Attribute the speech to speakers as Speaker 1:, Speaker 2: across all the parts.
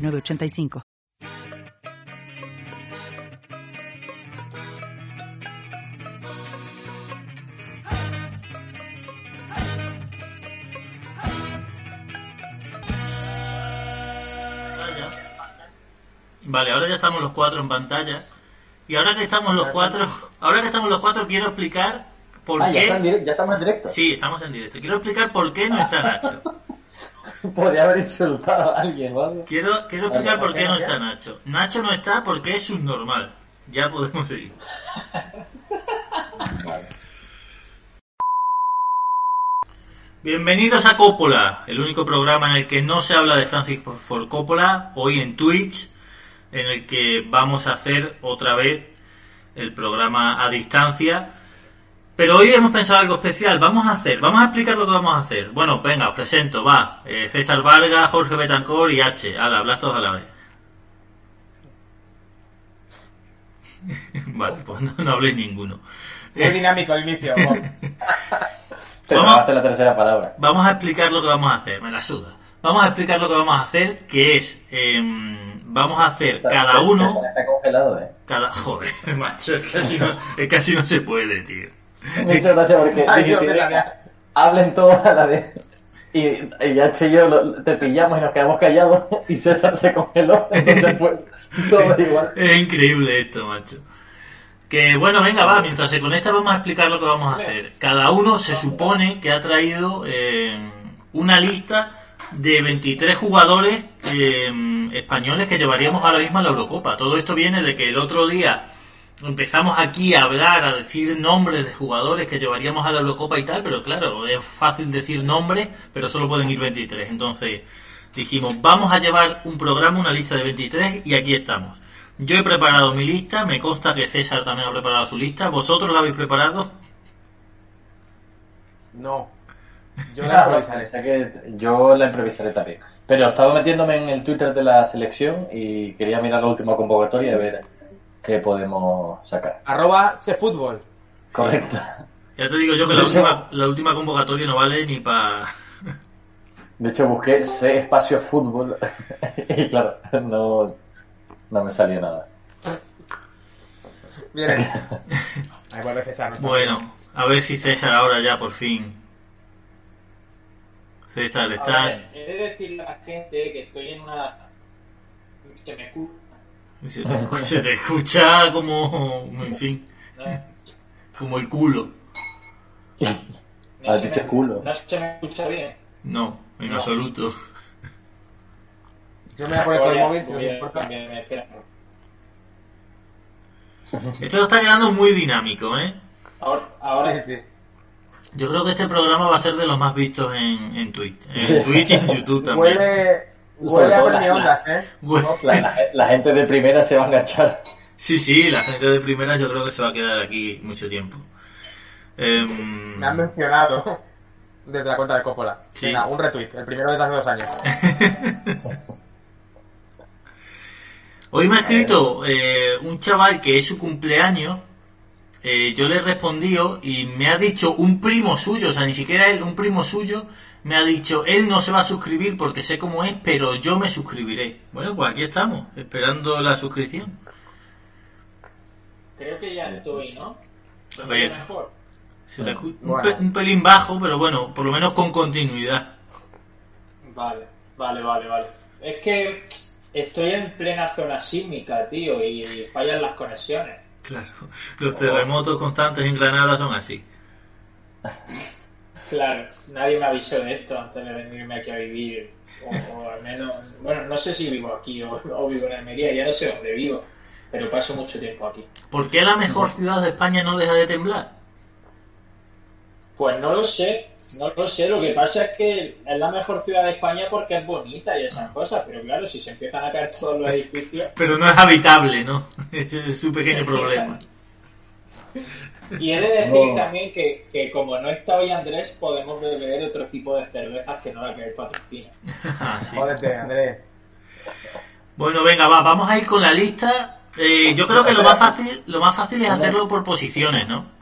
Speaker 1: 985.
Speaker 2: Vale, ahora ya estamos los cuatro en pantalla. Y ahora que estamos los cuatro, ahora que estamos los cuatro quiero explicar por
Speaker 3: Ah, ya,
Speaker 2: qué.
Speaker 3: está en directo- ya estamos en directo.
Speaker 2: Sí, estamos en directo. Quiero explicar por qué no está Nacho.
Speaker 3: Podría haber insultado a alguien, ¿vale?
Speaker 2: Quiero, quiero explicar
Speaker 3: Vale,
Speaker 2: por qué no
Speaker 3: ok, ya.
Speaker 2: está Nacho. Nacho no está porque es un normal. Ya podemos seguir.
Speaker 4: Vale.
Speaker 2: Bienvenidos a Coppola, el único programa en el que no se habla de Francis Ford Coppola, hoy en Twitch, en el que vamos a hacer otra vez el programa a distancia. Pero hoy hemos pensado algo especial, vamos a hacer, vamos a explicar lo que vamos a hacer. Bueno, venga, os presento, va, eh, César Vargas, Jorge Betancor y H. Ala, hablas todos a la vez. vale, pues no, no habléis ninguno.
Speaker 5: Muy dinámico el inicio. Bob.
Speaker 3: Te
Speaker 2: Vamos.
Speaker 3: robaste la tercera palabra.
Speaker 2: Vamos a explicar lo que vamos a hacer, me la suda. Vamos a explicar lo que vamos a hacer, que es, em, vamos a hacer cada uno,
Speaker 3: César Está congelado, ¿eh?
Speaker 2: cada, joder, macho, es casi no, es casi no se puede, tío.
Speaker 3: Me hizo gracia porque
Speaker 5: Ay,
Speaker 3: dijiste,
Speaker 5: Dios de la vida.
Speaker 3: hablen todos a la vez. Y, y H y yo lo- te pillamos y nos quedamos callados y César se congeló. Entonces fue todo igual.
Speaker 2: Es increíble esto, macho. Que bueno, venga, va, mientras se conecta vamos a explicar lo que vamos a hacer. Cada uno se supone que ha traído eh, una lista de 23 jugadores eh, españoles que llevaríamos ahora mismo a la Eurocopa. Todo esto viene de que el otro día empezamos aquí a hablar, a decir nombres de jugadores que llevaríamos a la Eurocopa y tal, pero claro, es fácil decir nombres, pero solo pueden ir 23. Entonces dijimos, vamos a llevar un programa, una lista de 23 y aquí estamos. Yo he preparado mi lista, me consta que César también ha preparado su lista, vosotros la habéis preparado.
Speaker 5: No. Yo
Speaker 3: Ah, bueno,
Speaker 5: la
Speaker 3: pensé
Speaker 5: improvisaré.
Speaker 3: que yo la improvisaré también. Pero estaba metiéndome en el Twitter de la selección y quería mirar la última convocatoria y ver qué podemos sacar.
Speaker 5: Arroba sefutbol.
Speaker 3: Correcto.
Speaker 2: Ya te digo yo que la
Speaker 3: De hecho-
Speaker 2: última, la última convocatoria no vale ni para...
Speaker 3: De hecho, busqué C espacio fútbol y claro, no, no me salió nada.
Speaker 5: Bien. Ahí vuelve César. no está
Speaker 2: Bueno, a ver si César ahora ya por fin. César,
Speaker 6: A
Speaker 2: estás...
Speaker 6: ver, He de decirle a la gente que estoy en una. Se me escucha.
Speaker 2: Se te, escu- se te escucha como... En fin, como el culo.
Speaker 6: No
Speaker 3: Ah,
Speaker 6: se
Speaker 3: dicho
Speaker 6: me-
Speaker 3: culo.
Speaker 6: No se me escucha bien.
Speaker 2: No, en
Speaker 6: No.
Speaker 2: absoluto.
Speaker 5: bien. Yo me voy a poner con el
Speaker 6: Voy a-
Speaker 5: móvil si no
Speaker 6: voy
Speaker 5: os
Speaker 6: a
Speaker 5: importa.
Speaker 6: cambiarme, espera.
Speaker 2: Esto está quedando muy dinámico, ¿eh?
Speaker 6: Ahora, ahora
Speaker 5: Sí, sí.
Speaker 2: Yo creo que este programa va a ser de los más vistos en, en Twitch. En
Speaker 3: Sí.
Speaker 2: Twitch y en YouTube también.
Speaker 5: Huele,
Speaker 3: Sobre
Speaker 5: huele a
Speaker 3: todo la-
Speaker 5: hormigueondas, ¿eh?
Speaker 2: Huele-
Speaker 3: La, la- la gente de primera se va a enganchar.
Speaker 2: Sí, sí, la gente de primera yo creo que se va a quedar aquí mucho tiempo. Em,
Speaker 5: Me han mencionado desde la cuenta de Coppola.
Speaker 2: Sí.
Speaker 5: Venga, un retweet. El primero desde hace dos años.
Speaker 2: Hoy me ha escrito eh, un chaval que es su cumpleaños. eh, yo le he respondido y me ha dicho un primo suyo, o sea, ni siquiera él, un primo suyo, me ha dicho, él no se va a suscribir porque sé cómo es, pero yo me suscribiré. Bueno, pues aquí estamos, esperando la suscripción.
Speaker 6: creo que ya estoy, ¿no?
Speaker 2: A ver.
Speaker 6: Mejor.
Speaker 2: Se te escu- un,
Speaker 5: Bueno.
Speaker 2: pe- un pelín bajo, pero bueno, por lo menos con continuidad.
Speaker 6: Vale, vale, vale, vale. Es que estoy en plena zona sísmica, tío, y fallan las conexiones.
Speaker 2: Claro, los terremotos constantes en Granada son así.
Speaker 6: Claro, nadie me avisó de esto antes de venirme aquí a vivir. O, o al menos, bueno, no sé si vivo aquí o, o vivo en Almería, ya no sé dónde vivo, pero paso mucho tiempo aquí.
Speaker 2: ¿Por qué la mejor ciudad de España no deja de temblar?
Speaker 6: Pues no lo sé, No lo sé, lo que pasa es que es la mejor ciudad de España porque es bonita y esas cosas, pero claro, si se empiezan a caer todos los edificios.
Speaker 2: Pero no es habitable, ¿no? es un pequeño problema.
Speaker 6: Y he de decir también que, que como no está hoy Andrés, podemos beber otro tipo de cervezas que no la que él patrocina.
Speaker 2: Ah, sí.
Speaker 5: Jódete, Andrés.
Speaker 2: Bueno, venga, va, vamos a ir con la lista. Eh, yo creo que lo más fácil, lo más fácil es hacerlo por posiciones, ¿no?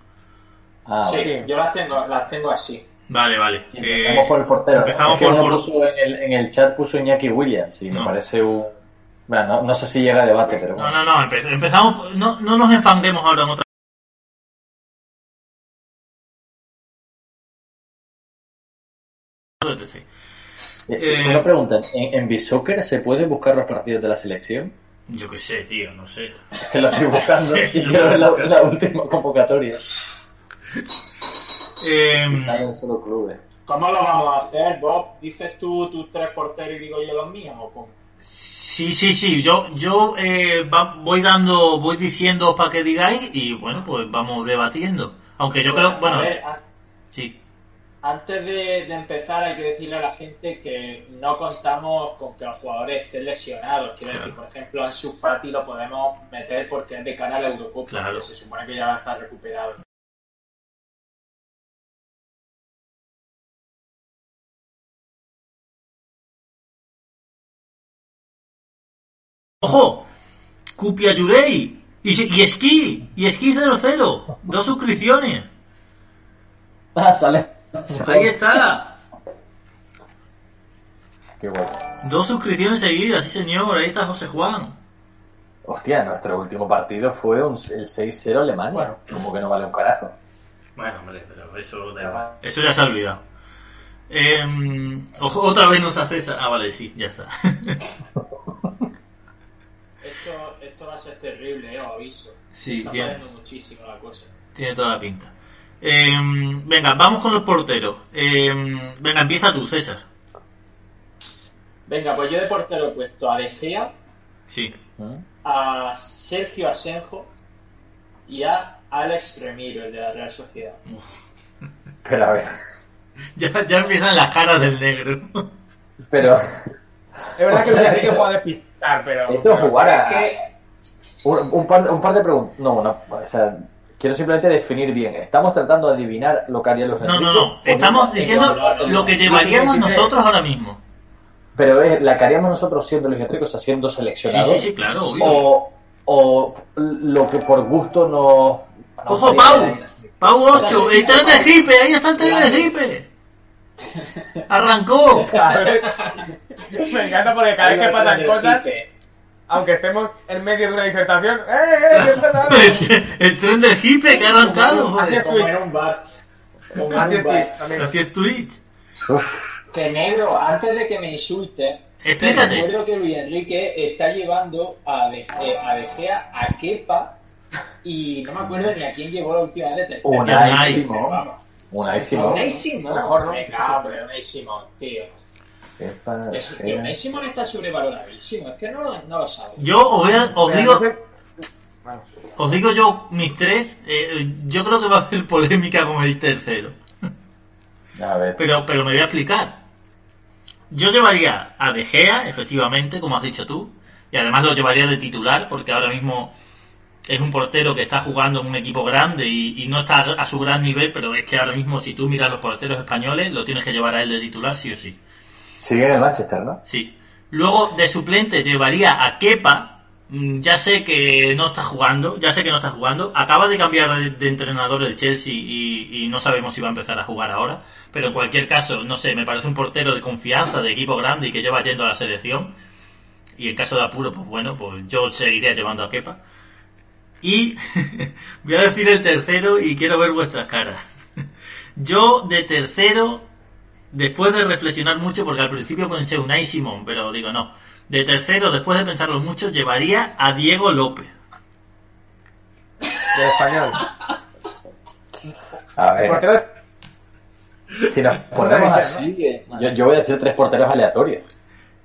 Speaker 3: Ah,
Speaker 6: sí,
Speaker 5: sí.
Speaker 6: yo las tengo, las tengo así.
Speaker 2: Vale, vale.
Speaker 3: Y Empezamos
Speaker 2: Eh,
Speaker 3: por el portero.
Speaker 2: empezamos
Speaker 3: Es que
Speaker 2: por-
Speaker 3: uno
Speaker 2: por-
Speaker 3: puso en, el, en el chat puso Iñaki Williams y
Speaker 2: No.
Speaker 3: me parece un... Bueno, no, no sé si llega a debate, pero
Speaker 2: No,
Speaker 3: bueno.
Speaker 2: no, no, empe- empezamos, no, no nos enfanguemos ahora en otra. Etc.
Speaker 3: Eh,
Speaker 2: eh.
Speaker 3: Una pregunta, ¿en, en Bisoccer se pueden buscar los partidos de la selección?
Speaker 2: Yo qué sé, tío, no sé.
Speaker 3: Es que lo estoy buscando y quiero ver la, la última convocatoria.
Speaker 2: Em,
Speaker 3: Salen solo clubes.
Speaker 6: ¿Cómo lo vamos a hacer, Bob? ¿Dices tú tus tres porteros y digo yo los míos o cómo?
Speaker 2: sí, sí, sí, yo, yo eh, va- voy dando, voy diciendo para que digáis y bueno, pues vamos debatiendo. Aunque yo creo, bueno,
Speaker 6: Pues, A ver, a-
Speaker 2: sí,
Speaker 6: Antes de, de empezar hay que decirle a la gente que no contamos con que los jugadores estén lesionados. Quiero
Speaker 2: Claro.
Speaker 6: decir, por ejemplo, Ansu Fati lo podemos meter porque es de cara a la Eurocopa.
Speaker 2: Claro.
Speaker 6: pero Se supone que ya va a estar recuperado.
Speaker 2: ¡Ojo! Cupia Yurei y, y Esquí, y Esquí 00, dos suscripciones.
Speaker 3: Ah, sale.
Speaker 2: Ahí está,
Speaker 3: Qué bueno.
Speaker 2: dos suscripciones seguidas, sí señor, ahí está José Juan.
Speaker 3: Hostia, nuestro último partido fue un- el 6-0 Alemania.
Speaker 5: Bueno.
Speaker 3: Como que no vale un carajo.
Speaker 2: Bueno, hombre, pero eso, da igual. eso ya se ha olvidado. Em, ojo, otra vez no está César. Ah, vale, sí, ya está.
Speaker 6: Esto, esto va a ser terrible, eh, os aviso.
Speaker 2: sí,
Speaker 6: Está
Speaker 2: tiene,
Speaker 6: fallando muchísimo la cosa.
Speaker 2: tiene toda la pinta. Em, venga, vamos con los porteros. Em, venga, empieza tú, César.
Speaker 6: Venga, pues yo de portero he puesto a De Gea,
Speaker 2: Sí.
Speaker 3: ¿Mm?
Speaker 6: a Sergio Asenjo y a Alex Remiro, el de la Real Sociedad.
Speaker 3: Pero a ver.
Speaker 2: Ya, ya empiezan las caras del negro.
Speaker 3: Pero
Speaker 5: Es verdad que Luis Enrique juega de pistar, pero.
Speaker 3: esto es jugar a.
Speaker 6: Es que
Speaker 3: Un, un par, un par de preguntas. No, no. O sea, quiero simplemente definir bien. ¿Estamos tratando de adivinar lo que haría Luis
Speaker 2: No,
Speaker 3: Enrique?
Speaker 2: no, no.
Speaker 3: ¿O
Speaker 2: Estamos diciendo
Speaker 6: no, no, no.
Speaker 2: lo que llevaríamos nosotros ahora mismo.
Speaker 3: Pero es la que haríamos nosotros siendo Luis Enrique, o sea, siendo
Speaker 2: Sí,
Speaker 3: seleccionados.
Speaker 2: sí, sí, claro, Oh. obvio.
Speaker 3: O, o lo que por gusto nos. nos
Speaker 2: Ojo,
Speaker 3: haría
Speaker 2: Pau.
Speaker 3: Luis Enrique.
Speaker 2: Pau 8. Está el de Ripe, ahí está el de Ripe. Arrancó.
Speaker 5: Me encanta porque cada vez que pasan cosas, aunque estemos en medio de una disertación, ¡eh, eh! ¿Qué pasa?
Speaker 2: El, tre- el tren del hippie que ha arrancado, joder.
Speaker 6: Como en un bar. Como en
Speaker 5: Así
Speaker 6: un
Speaker 5: es,
Speaker 6: bar.
Speaker 5: Twitch también.
Speaker 2: Así es Twitch.
Speaker 6: Que negro, antes de que me insulte, te
Speaker 2: Explícate.
Speaker 6: recuerdo que Luis Enrique está llevando a De, eh, a, De Gea, a Kepa y no me acuerdo ni a quién llevó la última vez de tercero.
Speaker 3: Unai
Speaker 2: Unai,
Speaker 3: Simón.
Speaker 6: Vamos.
Speaker 3: Unai Simón.
Speaker 6: Unai Simón.
Speaker 5: Mejor no.
Speaker 6: Me cago en Unai Simón, tío.
Speaker 3: Epa,
Speaker 6: Es, tío,
Speaker 3: eh.
Speaker 6: Unai Simón está sobrevaloradísimo. Es que no, lo- no lo sabe.
Speaker 2: Yo os, voy a- os
Speaker 5: Pero
Speaker 2: digo,
Speaker 5: no sé- Bueno,
Speaker 2: os digo yo mis tres. eh, yo creo que va a haber polémica con el tercero.
Speaker 3: A ver.
Speaker 2: Pero, pero me voy a explicar. Yo llevaría a De Gea, efectivamente, como has dicho tú. Y además lo llevaría de titular, porque ahora mismo es un portero que está jugando en un equipo grande y, y no está a su gran nivel, pero es que ahora mismo si tú miras los porteros españoles, lo tienes que llevar a él de titular sí o sí.
Speaker 3: Sigue en el Manchester, ¿no?
Speaker 2: Sí. Luego de suplente llevaría a Kepa. Mm, Ya sé que no está jugando, ya sé que no está jugando. Acaba de cambiar de, de entrenador el Chelsea y, y no sabemos si va a empezar a jugar ahora. Pero en cualquier caso, no sé, me parece un portero de confianza, de equipo grande y que lleva yendo a la selección. Y en caso de apuro, pues bueno, pues yo seguiría llevando a Kepa. Y voy a decir el tercero y quiero ver vuestras caras. Yo de tercero después de reflexionar mucho, porque al principio pensé Unai Simón, pero digo no. De tercero, después de pensarlo mucho, llevaría a Diego López.
Speaker 5: de español.
Speaker 3: A
Speaker 5: El
Speaker 3: ver.
Speaker 5: portero es.
Speaker 3: Si nos
Speaker 5: debe
Speaker 3: ponemos
Speaker 5: ser,
Speaker 3: así, eh, yo, yo voy a decir tres porteros aleatorios.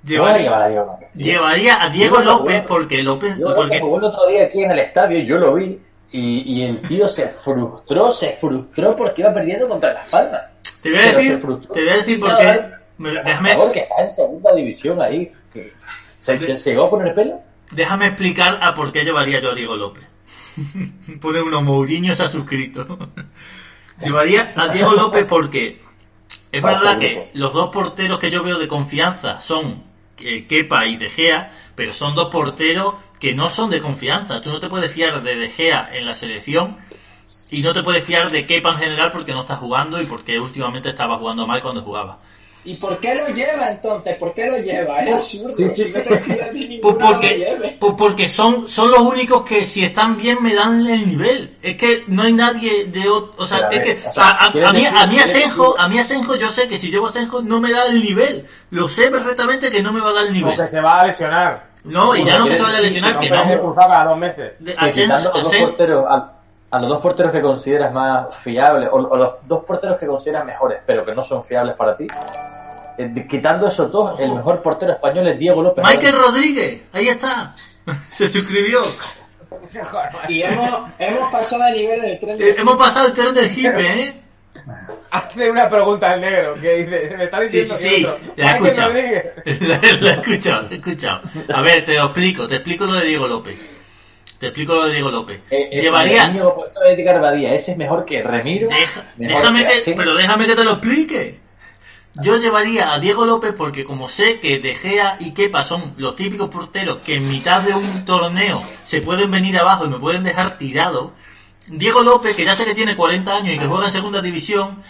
Speaker 3: Yo voy a
Speaker 2: Llevaría,
Speaker 3: llevar a Diego López. tío.
Speaker 2: llevaría a Diego
Speaker 3: Diego
Speaker 2: López
Speaker 3: López.
Speaker 2: porque López
Speaker 3: Diego López
Speaker 2: porque
Speaker 3: jugó el otro día aquí en el estadio, yo lo vi, Y, y el tío se frustró, se frustró porque iba perdiendo contra la espalda.
Speaker 2: Te voy a
Speaker 3: Pero
Speaker 2: decir,
Speaker 3: se frustró.
Speaker 2: te voy a decir por
Speaker 3: Ya,
Speaker 2: qué.
Speaker 3: vale.
Speaker 2: me-
Speaker 3: Por
Speaker 2: Déjame,
Speaker 3: favor, que está en segunda división ahí. que- ¿Se, se- se llegó a poner pelo?
Speaker 2: déjame explicar a por qué llevaría yo a Diego López. Pone uno, Mourinho se ha suscrito. llevaría a Diego López porque es
Speaker 3: Para
Speaker 2: verdad
Speaker 3: su
Speaker 2: que
Speaker 3: grupo.
Speaker 2: los dos porteros que yo veo de confianza son eh, Kepa y De Gea, pero son dos porteros que no son de confianza. Tú no te puedes fiar de De Gea en la selección y no te puedes fiar de Kepa en general porque no está jugando y porque últimamente estaba jugando mal cuando jugaba.
Speaker 6: ¿Y por qué lo lleva entonces? ¿Por qué lo lleva? Es absurdo.
Speaker 3: Sí, sí,
Speaker 6: si
Speaker 3: sí.
Speaker 6: no te fías de ninguno,
Speaker 2: Pues
Speaker 6: lo
Speaker 2: porque,
Speaker 6: lleve.
Speaker 2: pues porque son, son los únicos que si están bien me dan el nivel. Es que no hay nadie de otro... O sea,
Speaker 3: Pero a
Speaker 2: es
Speaker 3: ver,
Speaker 2: que
Speaker 3: o sea,
Speaker 2: a, a-
Speaker 3: ¿quieres
Speaker 2: a mí,
Speaker 3: decir-
Speaker 2: a mí
Speaker 3: quieres
Speaker 2: Asenjo,
Speaker 3: decir-
Speaker 2: a mí Asenjo yo sé que si llevo a Asenjo no me da el nivel. Lo sé perfectamente que no me va a dar el nivel.
Speaker 5: Porque se va a lesionar.
Speaker 2: No, y ya no que se vaya a lesionar, Ah, que
Speaker 5: Romperse
Speaker 2: no.
Speaker 5: cruzada cada dos meses.
Speaker 2: De-
Speaker 3: Que quitando
Speaker 2: Asenjo,
Speaker 3: a los, dos
Speaker 2: Asen-
Speaker 3: porteros, a, a los dos porteros que consideras más fiables, o, o los dos porteros que consideras mejores, pero que no son fiables para ti, eh, de- quitando esos dos, el mejor portero español es Diego López.
Speaker 2: Michael Rodríguez, ahí está. Se suscribió.
Speaker 6: Y hemos, hemos pasado a nivel del tren de
Speaker 2: Eh, Hemos pasado el tren del hipe, ¿eh?
Speaker 5: Hace una pregunta al negro que dice, me está
Speaker 2: Sí,
Speaker 5: diciendo
Speaker 2: sí,
Speaker 5: que
Speaker 2: sí,
Speaker 5: otro.
Speaker 2: la he
Speaker 5: Michael
Speaker 2: escuchado.
Speaker 5: Rodríguez.
Speaker 2: La, la he escuchado, la he escuchado. A ver, te lo explico, te explico lo de Diego López. Te explico lo de Diego López.
Speaker 3: Eh, eh,
Speaker 2: Llevaría.
Speaker 3: el niño opuesto de Edgar Badía, ese es mejor que Remiro.
Speaker 2: Deja-
Speaker 3: mejor
Speaker 2: déjame que,
Speaker 3: Asensio.
Speaker 2: pero déjame que te lo explique. Yo llevaría a Diego López porque como sé que De Gea y Kepa son los típicos porteros que en mitad de un torneo se pueden venir abajo y me pueden dejar tirado, Diego López, que ya sé que tiene 40 años y que juega en segunda división,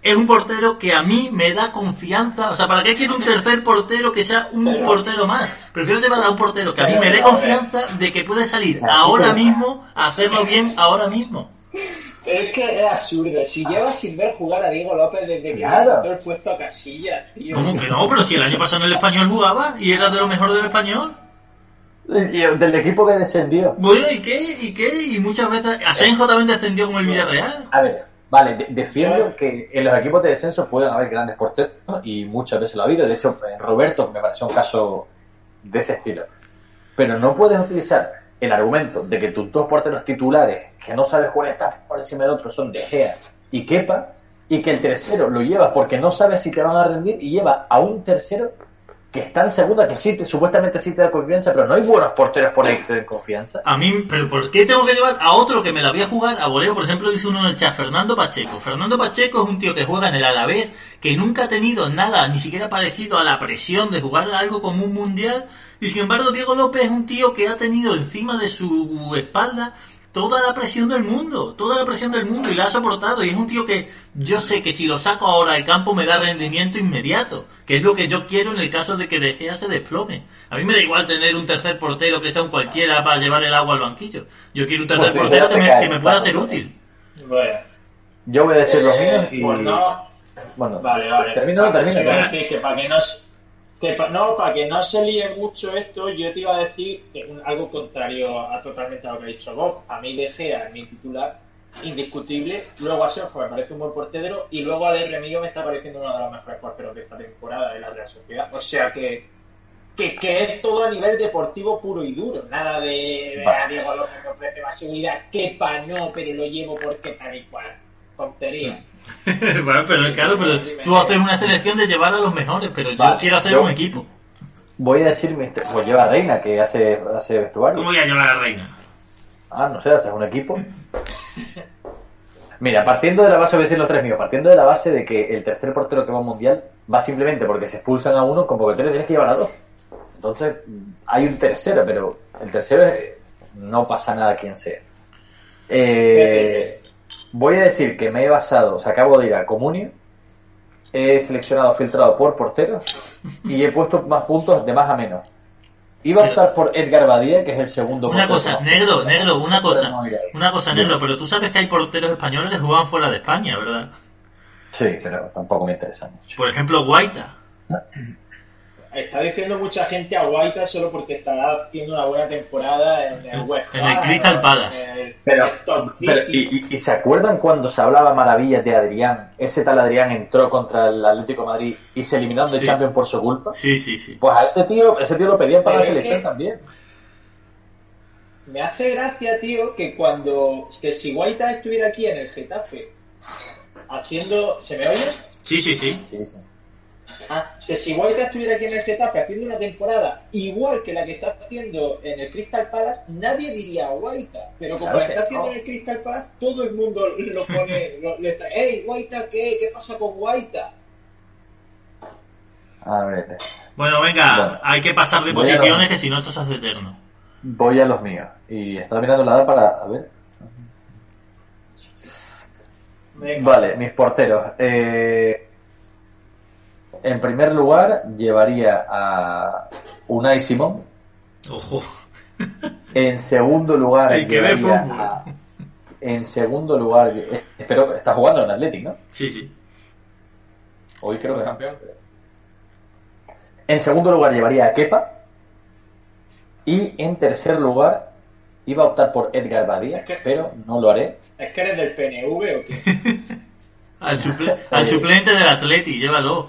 Speaker 2: es un portero que a mí me da confianza. O sea, ¿para qué quiero un tercer portero que sea un
Speaker 6: Pero-
Speaker 2: portero más? Prefiero llevar a un portero que a mí me dé
Speaker 6: Pero, eh. a ver.
Speaker 2: confianza de que puede salir ahora mismo, a hacerlo bien ahora mismo.
Speaker 6: Es que es absurdo. Si llevas sin ver jugar a Diego López desde que
Speaker 3: Claro.
Speaker 6: le quitó el puesto a Casillas, tío.
Speaker 2: ¿Cómo que no? Pero si el año pasado en el español jugaba y era de lo mejor del español.
Speaker 3: Y el del equipo que descendió.
Speaker 2: Bueno, ¿y qué? ¿Y qué? Y muchas veces. Asenjo también descendió con el Villarreal.
Speaker 3: A ver, vale, de- defiendo que en los equipos de descenso pueden haber grandes porteros y muchas veces lo ha habido. De hecho, eh, Roberto me pareció un caso de ese estilo. Pero no puedes utilizar el argumento de que tus dos porteros titulares, que no sabes cuál está por encima de otro, son De Gea y Kepa, y que el tercero lo llevas porque no sabes si te van a rendir y lleva a un tercero que está en segunda, que sí, te- supuestamente sí te da confianza, pero no hay buenos porteros por ahí que te den confianza.
Speaker 2: A mí, ¿pero por qué tengo que llevar a otro que me la voy a jugar? A voleo, por ejemplo, dice uno en el chat, Fernando Pacheco. Fernando Pacheco es un tío que juega en el Alavés, que nunca ha tenido nada, ni siquiera parecido a la presión de jugar algo como un mundial. Y sin embargo, Diego López es un tío que ha tenido encima de su espalda toda la presión del mundo, toda la presión del mundo y la ha soportado. Y es un tío que yo sé que si lo saco ahora al campo me da rendimiento inmediato, que es lo que yo quiero en el caso de que De Gea se desplome. A mí me da igual tener un tercer portero que sea un cualquiera para llevar el agua al banquillo. Yo quiero un tercer
Speaker 3: Pues sí,
Speaker 2: portero
Speaker 3: ya
Speaker 2: que
Speaker 3: se
Speaker 2: me,
Speaker 3: cae,
Speaker 2: que me pueda
Speaker 3: claro.
Speaker 2: ser útil.
Speaker 6: Bueno.
Speaker 3: Yo voy a decir los
Speaker 6: Eh,
Speaker 3: míos y...
Speaker 6: pues no.
Speaker 3: Bueno,
Speaker 6: Vale, vale.
Speaker 3: termino,
Speaker 6: Vale,
Speaker 3: termino.
Speaker 6: sí, iba a
Speaker 3: termino.
Speaker 6: decir que para que no, se- que pa- no, para que no se líe mucho esto, yo te iba a decir que un- algo contrario a totalmente a lo que ha dicho Bob. A mí De Gea es mi titular indiscutible, luego a Sergio me parece un buen portero y luego a De Remillo me está pareciendo uno de los mejores porteros de esta temporada de la Real Sociedad. O sea que que, que es todo a nivel deportivo puro y duro. Nada de, de
Speaker 3: Vale.
Speaker 6: "Ah, Diego López me ofrece más seguridad, quepa no, pero lo llevo porque tal y cual. Tontería.
Speaker 2: bueno, pero claro, pero tú haces una selección de llevar a los mejores, pero yo
Speaker 3: Vale,
Speaker 2: quiero hacer
Speaker 3: yo-
Speaker 2: un equipo.
Speaker 3: Voy a decir mis tres- Pues lleva a Reina, que hace, hace vestuario.
Speaker 2: ¿Cómo voy a llevar a Reina?
Speaker 3: Ah, no sé, haces un equipo. Mira, partiendo de la base, voy a decir los tres míos. Partiendo de la base de que el tercer portero que va al mundial va simplemente porque se expulsan a uno, convocatoria tienes que llevar a dos. Entonces, hay un tercero, pero el tercero es- no pasa nada quien sea. Eh, voy a decir que me he basado, o sea, acabo de ir a Comunio, he seleccionado filtrado por porteros y he puesto más puntos de más a menos. Iba a optar por Edgar Badía, que es el segundo
Speaker 2: Una
Speaker 3: portero
Speaker 2: cosa,
Speaker 3: más
Speaker 2: negro,
Speaker 3: puntuado.
Speaker 2: negro, una
Speaker 3: Pero
Speaker 2: cosa,
Speaker 3: no iré.
Speaker 2: una cosa,
Speaker 3: Bien.
Speaker 2: negro, pero tú sabes que hay porteros españoles que juegan fuera de España, ¿verdad?
Speaker 3: Sí, pero tampoco me interesa mucho.
Speaker 2: Por ejemplo, Guaita.
Speaker 6: Está diciendo mucha gente a Guaita solo porque estará haciendo una buena temporada en el West
Speaker 2: En el
Speaker 6: Ham,
Speaker 2: Crystal Palace.
Speaker 6: en el
Speaker 3: Pero,
Speaker 6: Stoke City.
Speaker 3: pero- y, y- y se acuerdan cuando se hablaba maravillas de Adrián? Ese tal Adrián entró contra el Atlético de Madrid y se eliminaron de
Speaker 2: Sí.
Speaker 3: Champions por su culpa.
Speaker 2: Sí, sí, sí.
Speaker 3: Pues a ese tío, ese tío lo pedían para la
Speaker 6: Pero es
Speaker 3: selección
Speaker 6: que-
Speaker 3: también.
Speaker 6: me hace gracia, tío, que cuando. que si Guaita estuviera aquí en el Getafe haciendo. ¿Se me oye?
Speaker 2: Sí, sí, sí.
Speaker 3: Sí, sí.
Speaker 6: Ah, que si Guaita estuviera aquí en el Getafe haciendo una temporada igual que la que está haciendo en el Crystal Palace, nadie diría Guaita. Pero como
Speaker 3: Claro
Speaker 6: la
Speaker 3: que
Speaker 6: está haciendo
Speaker 3: no.
Speaker 6: en el Crystal Palace, todo el mundo lo pone. lo- le está, ¡Ey, Guaita, qué! ¿Qué pasa con Guaita?
Speaker 3: A ver,
Speaker 2: Bueno, venga,
Speaker 3: Bueno.
Speaker 2: hay que pasar de
Speaker 3: Voy a-
Speaker 2: posiciones que si no esto se hace eterno.
Speaker 3: voy a los míos. Y estaba mirando la edad para. A ver.
Speaker 6: Venga.
Speaker 3: Vale, mis porteros. Eh, en primer lugar, llevaría a Unai Simón.
Speaker 2: Ojo.
Speaker 3: En segundo lugar,
Speaker 2: El que ve
Speaker 3: llevaría
Speaker 2: fútbol.
Speaker 3: a- En segundo lugar, eh, espero que estás jugando en Athletic, ¿no?
Speaker 2: Sí, sí.
Speaker 3: Hoy creo que.
Speaker 5: campeón.
Speaker 3: En segundo lugar llevaría a Kepa. Y en tercer lugar iba a optar por Edgar Badía,
Speaker 6: Es que-
Speaker 3: pero no lo haré.
Speaker 6: ¿Es que eres del PNV o qué?
Speaker 2: Al, suple- al suplente del Atleti, llévalo.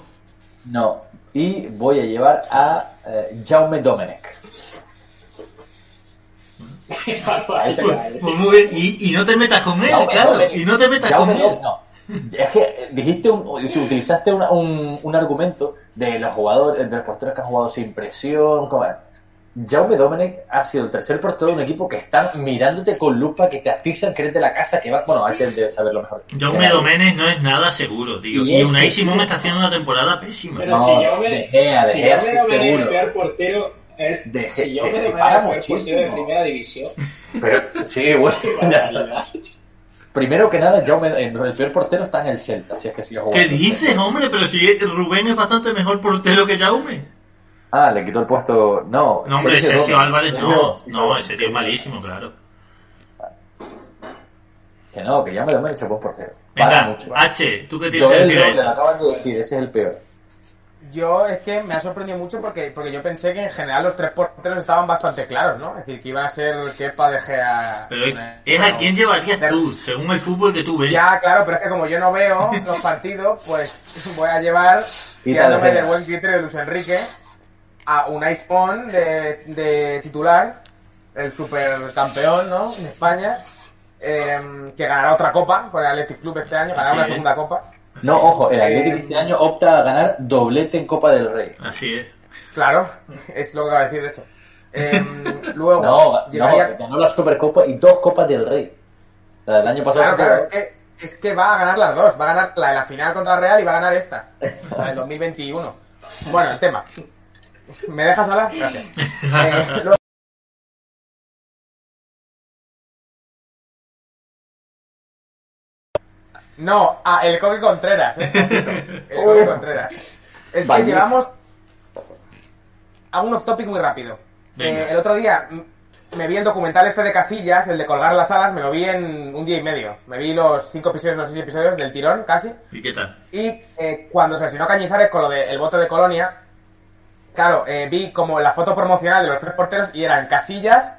Speaker 3: No. Y voy a llevar a eh, Jaume Domenech.
Speaker 6: Qué barbaridad, eh.
Speaker 2: Pues muy bien. Y, y no te metas con él,
Speaker 3: Jaume
Speaker 2: claro.
Speaker 3: Domenech.
Speaker 2: Y no te metas
Speaker 3: Jaume
Speaker 2: con él.
Speaker 3: Domenech, no. Es que eh, dijiste un, si utilizaste una- un, un argumento de los jugadores, de los porteros que han jugado sin presión. como- Jaume Domenech ha sido el tercer portero de un equipo que están mirándote con lupa, que te atizan, que eres de la casa, que va. Bueno, H debe saberlo mejor.
Speaker 2: Jaume Domenech no es nada seguro, tío.
Speaker 3: Y
Speaker 2: Y
Speaker 3: ese-
Speaker 2: Unai Simón está haciendo una temporada pésima.
Speaker 6: Pero
Speaker 3: No,
Speaker 6: si yo
Speaker 3: De Gea,
Speaker 6: me,
Speaker 3: de
Speaker 6: si
Speaker 3: Gea
Speaker 6: yo me
Speaker 3: sí,
Speaker 6: lo veré el
Speaker 3: seguro.
Speaker 6: peor portero, el-
Speaker 3: De-
Speaker 6: si yo
Speaker 3: que
Speaker 6: me
Speaker 3: se
Speaker 6: lo veré
Speaker 3: para
Speaker 6: el peor portero de
Speaker 3: muchísimo.
Speaker 6: primera división,
Speaker 3: Pero, sí, güey.
Speaker 6: qué barbaridad.
Speaker 3: Primero que nada, Jaume, el el peor portero está en el Celta, si es que sigue jugando.
Speaker 2: ¿Qué dices, hombre? Pero si Rubén es bastante mejor portero que Jaume.
Speaker 3: Ah, le quitó el puesto. No,
Speaker 2: No, hombre,
Speaker 3: Sergio
Speaker 2: Sergio
Speaker 3: Gómez.
Speaker 2: Álvarez no.
Speaker 3: Sergio-
Speaker 2: No, ese tío es malísimo, claro.
Speaker 3: Que no, que Jaume Domenech es buen portero. Para
Speaker 2: Venga,
Speaker 3: mucho.
Speaker 2: H, ¿tú qué tienes que
Speaker 3: Joel
Speaker 2: decir a
Speaker 3: Robles, lo
Speaker 2: esto?
Speaker 3: acaban de decir, ese es el peor.
Speaker 5: Yo es que me ha sorprendido mucho porque, porque yo pensé que en general los tres porteros estaban bastante claros, ¿no? Es decir, que iba a ser Kepa de Gea.
Speaker 2: Pero
Speaker 5: eh,
Speaker 2: es a
Speaker 5: pero-
Speaker 2: quién llevarías
Speaker 5: pero-
Speaker 2: tú, según el fútbol que tú ves.
Speaker 5: Ya, claro, pero es que como yo no veo los partidos, pues voy a llevar,
Speaker 3: Quita
Speaker 5: fiándome
Speaker 3: de Gea.
Speaker 5: del buen quitre de Luis Enrique, a un Ice On de, de titular, el supercampeón, ¿no? De España, eh, que ganará otra copa con el Athletic Club este año, ganará
Speaker 2: Así
Speaker 5: una
Speaker 2: es.
Speaker 5: segunda copa.
Speaker 3: No, ojo, el
Speaker 5: Eh,
Speaker 3: Atlético este año opta a ganar doblete en Copa del Rey.
Speaker 2: Así es.
Speaker 5: Claro, es lo que acaba de decir, de hecho. Eh, luego,
Speaker 3: No,
Speaker 5: llegaría-
Speaker 3: no, ganó la Supercopa y dos Copas del Rey. La del año pasado.
Speaker 5: Claro, claro, este, es
Speaker 3: fue-
Speaker 5: que, es que va a ganar las dos. Va a ganar la de la final contra el Real y va a ganar esta, la del 2021. Bueno, el tema. ¿Me dejas hablar? Gracias. Eh, luego- No, a el Coque Contreras, eh, ojito, El Coque Contreras. Es que
Speaker 3: Vaya.
Speaker 5: llevamos hago un off topic muy rápido.
Speaker 2: Venga.
Speaker 5: Eh, el otro día mm, me vi el documental este de Casillas, el de colgar las alas, me lo vi en un día y medio. Me vi los cinco episodios, los seis episodios del tirón casi.
Speaker 2: ¿Y qué tal?
Speaker 5: Y eh, cuando se lesionó Cañizares con lo del bote de Colonia, claro, eh, vi como la foto promocional de los tres porteros y eran Casillas,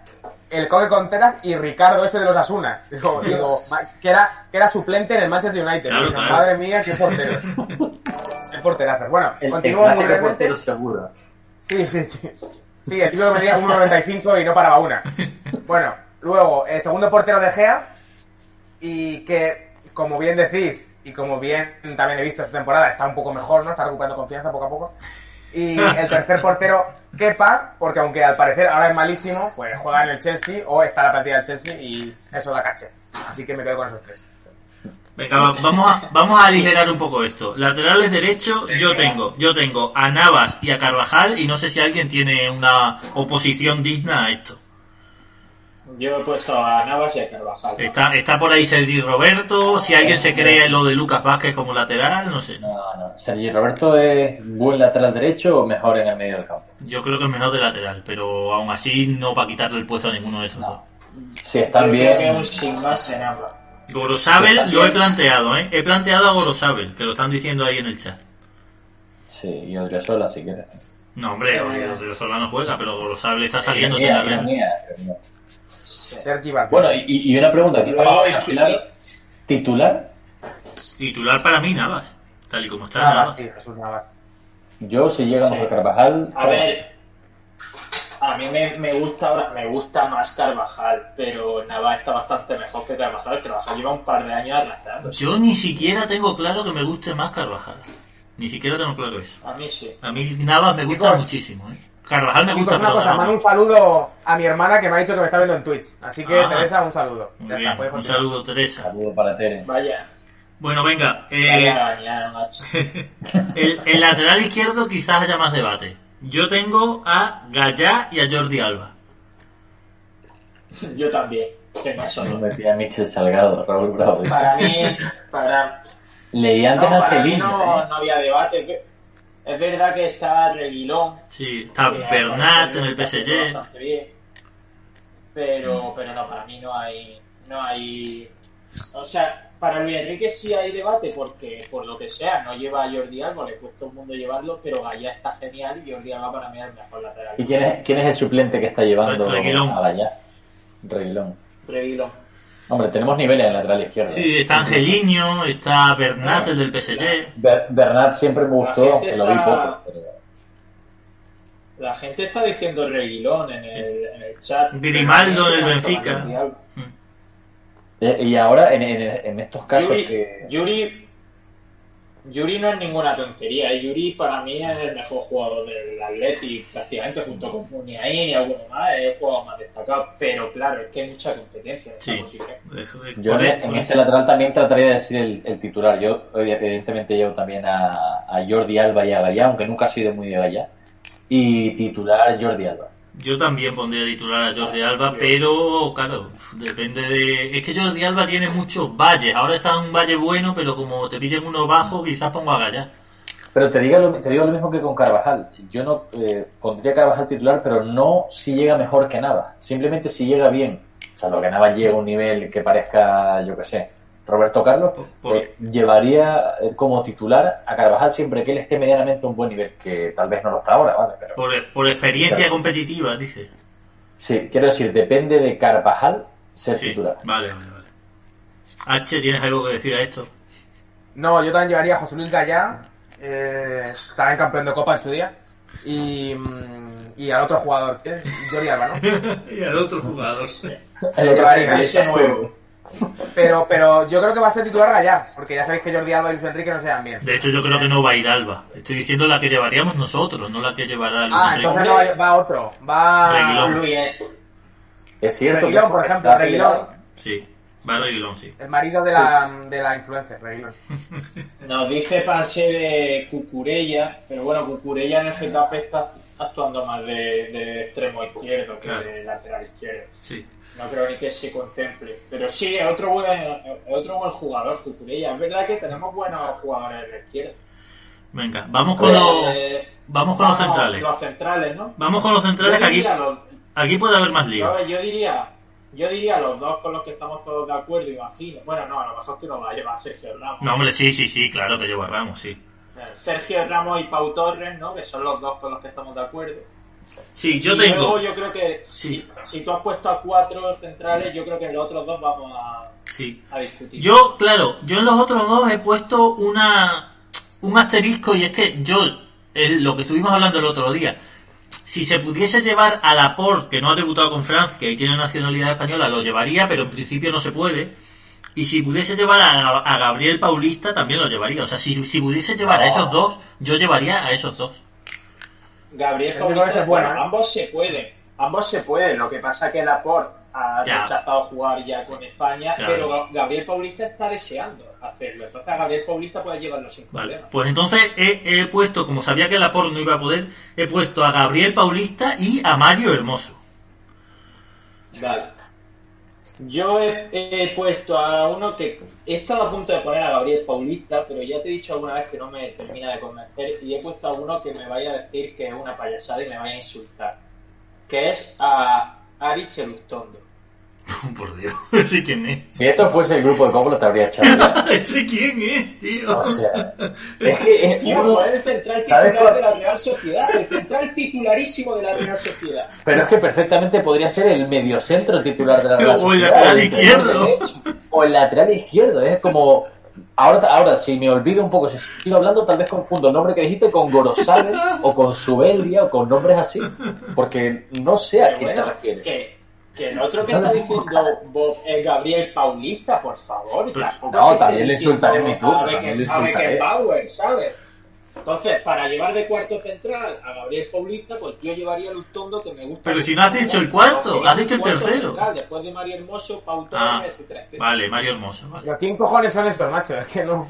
Speaker 5: el Coque Contreras y Ricardo ese de los Asuna. Digo, digo, ma- que, era, que era suplente en el Manchester United.
Speaker 2: Claro,
Speaker 5: Dije,
Speaker 2: claro.
Speaker 5: Madre mía, qué portero. qué porterazo. Bueno,
Speaker 3: el, el
Speaker 5: continúo muy
Speaker 3: clásico
Speaker 5: brevemente.
Speaker 3: portero seguro.
Speaker 5: Sí, sí, sí. Sí, el tío medía 1,95 y no paraba una. Bueno, luego, el segundo portero de Gea. Y que, como bien decís, y como bien también he visto esta temporada, está un poco mejor, ¿no? Está recuperando confianza poco a poco. Y el tercer portero, Kepa, porque aunque al parecer ahora es malísimo, pues juega en el Chelsea o está en la plantilla del Chelsea y eso da caché. Así que me quedo con esos tres.
Speaker 2: Venga, va- vamos a, vamos a aligerar un poco esto. Laterales derecho, yo tengo, yo tengo a Navas y a Carvajal y no sé si alguien tiene una oposición digna a esto.
Speaker 6: Yo he puesto a Navas y a Carvajal.
Speaker 2: Está, está por ahí Sergi Roberto, si alguien se cree en lo de Lucas Vázquez como lateral, no sé.
Speaker 3: No, no. Sergi Roberto es buen lateral derecho o mejor en el medio del campo.
Speaker 2: Yo creo que es mejor de lateral, pero aún así no para quitarle el puesto a ninguno de estos dos.
Speaker 3: No. Sí, están
Speaker 6: Yo
Speaker 3: bien.
Speaker 6: creo que un sin más en ambas.
Speaker 2: Gorosabel lo he planteado, ¿eh? He planteado a Gorosabel, que lo están diciendo ahí en el chat.
Speaker 3: Sí, y Odriozola si quieres.
Speaker 2: No, hombre,
Speaker 5: Eh,
Speaker 2: Gorosabel no juega, pero Gorosabel está saliendo sin la
Speaker 3: Mira,
Speaker 2: red.
Speaker 3: mira, mira.
Speaker 5: Sergi Barca.
Speaker 3: Bueno, Oh, y, y una pregunta. ¿quién
Speaker 6: Luego,
Speaker 3: va a titular? ¿Titular?
Speaker 2: Titular para mí, Navas. Tal y como está.
Speaker 3: Ah.
Speaker 5: Navas,
Speaker 2: Navas.
Speaker 5: sí, Jesús Navas.
Speaker 3: Yo, si llega mejor
Speaker 6: Sí.
Speaker 3: Carvajal...
Speaker 6: A ver, A mí me, me gusta ahora, me gusta más Carvajal, pero Navas está bastante mejor que Carvajal. Carvajal lleva un par de años arrastrándose.
Speaker 2: Yo ni siquiera tengo claro que me guste más Carvajal. Ni siquiera tengo claro eso.
Speaker 6: A mí sí.
Speaker 2: A mí Navas me gusta
Speaker 5: Chicos.
Speaker 2: muchísimo. ¿eh? Carvajal me
Speaker 5: Chicos,
Speaker 2: gusta
Speaker 5: una
Speaker 2: pero
Speaker 5: cosa,
Speaker 2: Navas
Speaker 5: mando
Speaker 2: no.
Speaker 5: un saludo a mi hermana que me ha dicho que me está viendo en Twitch. Así que,
Speaker 2: Ah.
Speaker 5: Teresa, un saludo.
Speaker 2: Muy
Speaker 5: ya
Speaker 2: bien,
Speaker 5: está, puedes
Speaker 2: un
Speaker 5: continuar.
Speaker 2: saludo, Teresa.
Speaker 3: Saludos para Tere.
Speaker 6: Vaya,
Speaker 2: Bueno, venga. eh,
Speaker 6: vaya bañar, macho.
Speaker 2: el, el lateral izquierdo quizás haya más debate. Yo tengo a Gallá y a Jordi Alba.
Speaker 6: Yo también. Tengo solo.
Speaker 3: Yo metía a Michel Salgado, Raúl Bravo.
Speaker 6: Para mí, para,
Speaker 3: Leí
Speaker 6: no,
Speaker 3: antes a
Speaker 6: para mí
Speaker 3: Angelino.
Speaker 6: no,
Speaker 3: ¿eh?
Speaker 6: no había debate. Es verdad que está Reguilón,
Speaker 2: Sí, está
Speaker 6: que
Speaker 2: Ah, Bernat en el
Speaker 6: está haciendo
Speaker 2: PSG.
Speaker 6: bastante bien. Pero, pero no, para mí no hay, no hay. O sea, para Luis Enrique sí hay debate porque, por lo que sea, no lleva a Jordi Alba, le cuesta un mundo llevarlo, pero Gallá está genial y Jordi Alba para mí es el mejor lateral.
Speaker 3: ¿Y quién es, quién es el suplente que está llevando
Speaker 2: Reguilón.
Speaker 3: a Gallá? Reguilón.
Speaker 6: Reguilón.
Speaker 3: Hombre, tenemos niveles en lateral izquierdo.
Speaker 2: Sí, está Angelinho, está Bernat el del PSG.
Speaker 3: Ber- Bernat siempre me
Speaker 6: La
Speaker 3: gustó,
Speaker 6: gente
Speaker 3: aunque lo vi
Speaker 6: está-
Speaker 3: poco. Pero...
Speaker 6: La gente está diciendo Reguilón en el, en el chat.
Speaker 2: Grimaldo en el
Speaker 6: Pero no
Speaker 2: Benfica.
Speaker 6: Jordi Alba.
Speaker 3: Eh, Y ahora, en, en- en estos casos
Speaker 6: Yuri,
Speaker 3: que...
Speaker 6: Yuri, Yuri no es ninguna tontería. ¿eh? Yuri para mí es el mejor jugador del Atleti, prácticamente junto con Muniain y alguno más. Es el jugador más destacado. Pero claro, es que hay mucha competencia en esa
Speaker 2: Sí.
Speaker 6: posición.
Speaker 2: Eh, joder,
Speaker 3: Yo en,
Speaker 2: correcto.
Speaker 3: en este lateral también trataría de decir el, el titular. Yo eh, evidentemente llevo también a, a Jordi Alba y a Gallá, aunque nunca he sido muy de Gallá. Y titular Jordi Alba.
Speaker 2: Yo también pondría titular a Jordi Alba, pero claro, depende de... Es que Jordi Alba tiene muchos valles. Ahora está en un valle bueno, pero como te pillen uno bajo, quizás pongo a Gallá.
Speaker 3: Pero te, diga lo- te digo lo mismo que con Carvajal. Yo no eh, pondría Carvajal titular, pero no si llega mejor que Navas. Simplemente si llega bien. O sea, lo que Navas llega a un nivel que parezca, yo qué sé, Roberto Carlos,
Speaker 2: Por- por-
Speaker 3: eh, llevaría eh, como titular a Carvajal siempre que él esté medianamente a un buen nivel, que tal vez no lo está ahora, ¿vale? Pero
Speaker 2: Por, por experiencia
Speaker 3: Claro.
Speaker 2: competitiva, dice.
Speaker 3: sí, quiero decir, depende de Carvajal ser
Speaker 2: Sí,
Speaker 3: titular.
Speaker 2: vale, vale, vale. H, ¿tienes algo que decir a esto?
Speaker 5: No, yo también llevaría a José Luis Gallá, eh, también campeón de Copa en su día, y, mm, y al otro jugador, que es Jordi Alba, ¿no?
Speaker 2: y al otro jugador.
Speaker 3: El otro
Speaker 5: Llevaría
Speaker 3: día
Speaker 6: ese
Speaker 3: está
Speaker 6: nuevo.
Speaker 3: solo.
Speaker 5: Pero, pero yo creo que va a ser titular Gallá, porque ya sabéis que Jordi Alba y Luis Enrique no se dan bien.
Speaker 2: De hecho, yo creo que no va a ir Alba. Estoy diciendo la que llevaríamos nosotros, no la que llevará el
Speaker 5: Ah, entonces no va, va otro, va
Speaker 2: Reguilón.
Speaker 6: Luis, eh,
Speaker 3: Es cierto.
Speaker 5: Reguilón,
Speaker 3: que-
Speaker 5: por ejemplo,
Speaker 3: está
Speaker 5: Reguilón.
Speaker 3: pegado.
Speaker 2: Sí, va Reguilón, sí.
Speaker 5: el marido de la, de la influencer, Reguilón.
Speaker 6: nos dice Pansé de Cucurella, pero bueno, Cucurella en el Getafe está actuando más de, de extremo izquierdo que
Speaker 2: Claro.
Speaker 6: de lateral izquierdo.
Speaker 2: sí.
Speaker 6: No creo ni que se contemple. Pero sí, es otro buen, es otro buen jugador, Cucurella. Es verdad que tenemos buenos jugadores de la izquierda.
Speaker 2: Venga, vamos
Speaker 3: Pues,
Speaker 2: con, los,
Speaker 6: Eh,
Speaker 2: vamos con los centrales.
Speaker 6: Los centrales, ¿no?
Speaker 2: Vamos con los centrales, que
Speaker 6: yo,
Speaker 2: aquí,
Speaker 6: diría los,
Speaker 2: aquí puede haber más lío.
Speaker 6: yo, yo diría yo diría los dos con los que estamos todos de acuerdo, imagino. Bueno, no, a lo mejor tú no vas a llevar a Sergio Ramos.
Speaker 2: No, hombre, sí, sí, sí, claro que llevo a Ramos, sí.
Speaker 6: Eh, Sergio Ramos y Pau Torres, ¿no? Que son los dos con los que estamos de acuerdo.
Speaker 2: Sí, yo
Speaker 6: y
Speaker 2: tengo.
Speaker 6: Luego yo creo que si,
Speaker 2: Sí.
Speaker 6: si tú has puesto a cuatro centrales, yo creo que los otros dos vamos a,
Speaker 2: Sí.
Speaker 6: a discutir.
Speaker 2: Yo, claro, yo en los otros dos he puesto una un asterisco y es que yo, el- lo que estuvimos hablando el otro día, si se pudiese llevar a Laporte, que no ha debutado con Francia que tiene nacionalidad española, lo llevaría, pero en principio no se puede. Y si pudiese llevar a, a Gabriel Paulista, también lo llevaría. O sea, si, si pudiese llevar a esos dos, yo llevaría a esos dos.
Speaker 6: Gabriel
Speaker 5: Yo creo
Speaker 6: Paulista
Speaker 5: que ese es
Speaker 6: bueno,
Speaker 5: bueno, ¿eh?
Speaker 6: ambos se pueden, ambos se pueden, lo que pasa que Laporte ha
Speaker 2: Ya.
Speaker 6: rechazado jugar ya con España,
Speaker 2: Claro.
Speaker 6: pero Ga- Gabriel Paulista está deseando hacerlo, entonces a Gabriel Paulista puede llevarlo sin
Speaker 2: Vale,
Speaker 6: problema.
Speaker 2: pues entonces he, he puesto, como sabía que Laporte no iba a poder, he puesto a Gabriel Paulista y a Mario Hermoso.
Speaker 6: Vale. Yo he, he puesto a uno que he estado a punto de poner a Gabriel Paulista, pero ya te he dicho alguna vez que no me termina de convencer y he puesto a uno que me vaya a decir que es una payasada y me vaya a insultar, que es a Ari Selustondo.
Speaker 2: Por Dios, ¿ese quién es?
Speaker 3: Si esto fuese el grupo de Coppola, te habría echado. ya.
Speaker 2: ¿Ese quién es, tío?
Speaker 3: O sea, es que es
Speaker 6: Tío,
Speaker 3: uno-
Speaker 6: pues es el central
Speaker 3: ¿Sabes
Speaker 6: titular
Speaker 3: cuál?
Speaker 6: de la Real Sociedad, el central titularísimo de la Real Sociedad.
Speaker 3: Pero es que perfectamente podría ser el mediocentro titular de la
Speaker 2: O
Speaker 3: Real
Speaker 2: el
Speaker 3: Sociedad,
Speaker 2: lateral
Speaker 3: interior
Speaker 2: izquierdo.
Speaker 3: derecho, o el lateral izquierdo. Es como ahora, ahora, si me olvido un poco, si sigo hablando, tal vez confundo el nombre que dijiste con Gorosane o con Subelia o con nombres así, porque no sé a
Speaker 6: Pero
Speaker 3: quién te
Speaker 6: bueno,
Speaker 3: refieres.
Speaker 6: Que, que el otro que
Speaker 3: No
Speaker 6: está
Speaker 3: le
Speaker 6: diciendo Bob es Gabriel Paulista, por favor. y
Speaker 2: Pero-
Speaker 6: tampoco
Speaker 3: No,
Speaker 6: es que
Speaker 3: también le
Speaker 6: esté diciendo
Speaker 3: insultaré en mi turno,
Speaker 6: a Becken-
Speaker 3: también le
Speaker 6: A
Speaker 3: insultaré.
Speaker 6: Power, ¿sabes? Entonces, para llevar de cuarto central a Gabriel Paulista, pues yo llevaría a Lustondo, que me gusta.
Speaker 2: Pero
Speaker 6: mucho.
Speaker 2: si no has dicho el cuarto,
Speaker 6: sí,
Speaker 2: has dicho el
Speaker 6: cuarto
Speaker 2: tercero.
Speaker 6: central, después de Mario Hermoso, Pau Torres,
Speaker 2: Ah,
Speaker 6: etcétera, etcétera.
Speaker 2: vale, Mario Hermoso. Vale.
Speaker 5: Pero ¿Quién cojones son estos, macho? Es que no.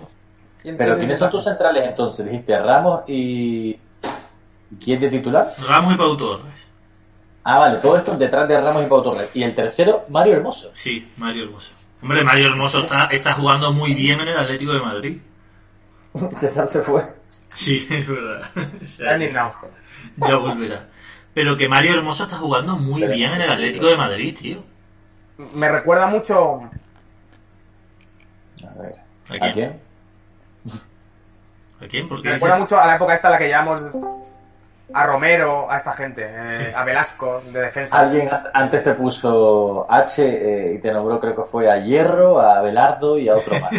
Speaker 5: ¿Quién
Speaker 3: Pero
Speaker 5: cojones
Speaker 3: ¿quiénes
Speaker 5: es
Speaker 3: son
Speaker 5: esta
Speaker 3: tus centrales entonces? Dijiste Ramos y... ¿Quién de titular?
Speaker 2: Ramos y Pau Torres.
Speaker 3: Ah, vale, todo esto detrás de Ramos y Pau Torres. Y el tercero, Mario Hermoso.
Speaker 2: Sí, Mario Hermoso. Hombre, Mario Hermoso está, está jugando muy bien en el Atlético de Madrid.
Speaker 3: César se fue.
Speaker 2: Sí, es verdad. O sea,
Speaker 5: Está indignado.
Speaker 2: ya volverá. Pero que Mario Hermoso está jugando muy
Speaker 3: Pero-
Speaker 2: bien en el Atlético de Madrid, tío.
Speaker 5: Me recuerda mucho.
Speaker 3: A ver.
Speaker 2: ¿A
Speaker 3: ¿A
Speaker 2: quién?
Speaker 3: quién?
Speaker 2: ¿A quién? Porque
Speaker 5: Me recuerda mucho a la época esta a la que llamamos. A Romero, a esta gente. eh,
Speaker 2: Sí.
Speaker 5: A Velasco, de defensa.
Speaker 3: Alguien a- antes te puso H eh, y te nombró, creo que fue a Hierro, a Belardo y a otro más.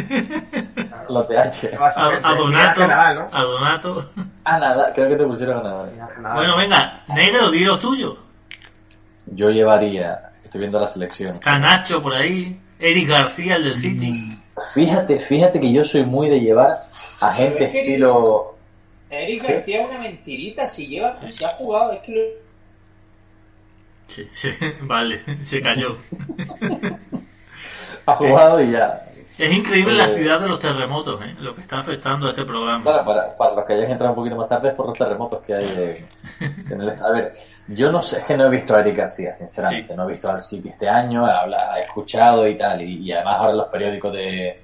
Speaker 3: Los de H.
Speaker 2: a,
Speaker 5: ¿eh?
Speaker 2: a Donato. A Donato.
Speaker 3: A nada, creo que te pusieron a Nadal.
Speaker 2: Bueno,
Speaker 5: Bueno,
Speaker 2: venga, negro, di los tuyos.
Speaker 3: Yo llevaría, estoy viendo la selección.
Speaker 2: Canacho por ahí. Eric García,
Speaker 3: Mm.
Speaker 2: el del City.
Speaker 3: Fíjate, fíjate que yo soy muy de llevar a gente estilo.
Speaker 6: Eric
Speaker 3: ¿Qué?
Speaker 6: García es una mentirita, si lleva, si ha jugado, es que lo-
Speaker 2: Sí, sí, vale, se cayó.
Speaker 3: Ha jugado y ya.
Speaker 2: Es increíble la
Speaker 3: Eh.
Speaker 2: ciudad de los terremotos, ¿eh? lo que está afectando a este
Speaker 3: Claro,
Speaker 2: programa.
Speaker 3: para, para los que hayan entrado un poquito más tarde es por los terremotos que hay eh, en el est- A ver, yo no sé, es que no he visto a Eric García, sinceramente. No he visto al City este año, habla, he escuchado y tal. Y, y además ahora los periódicos de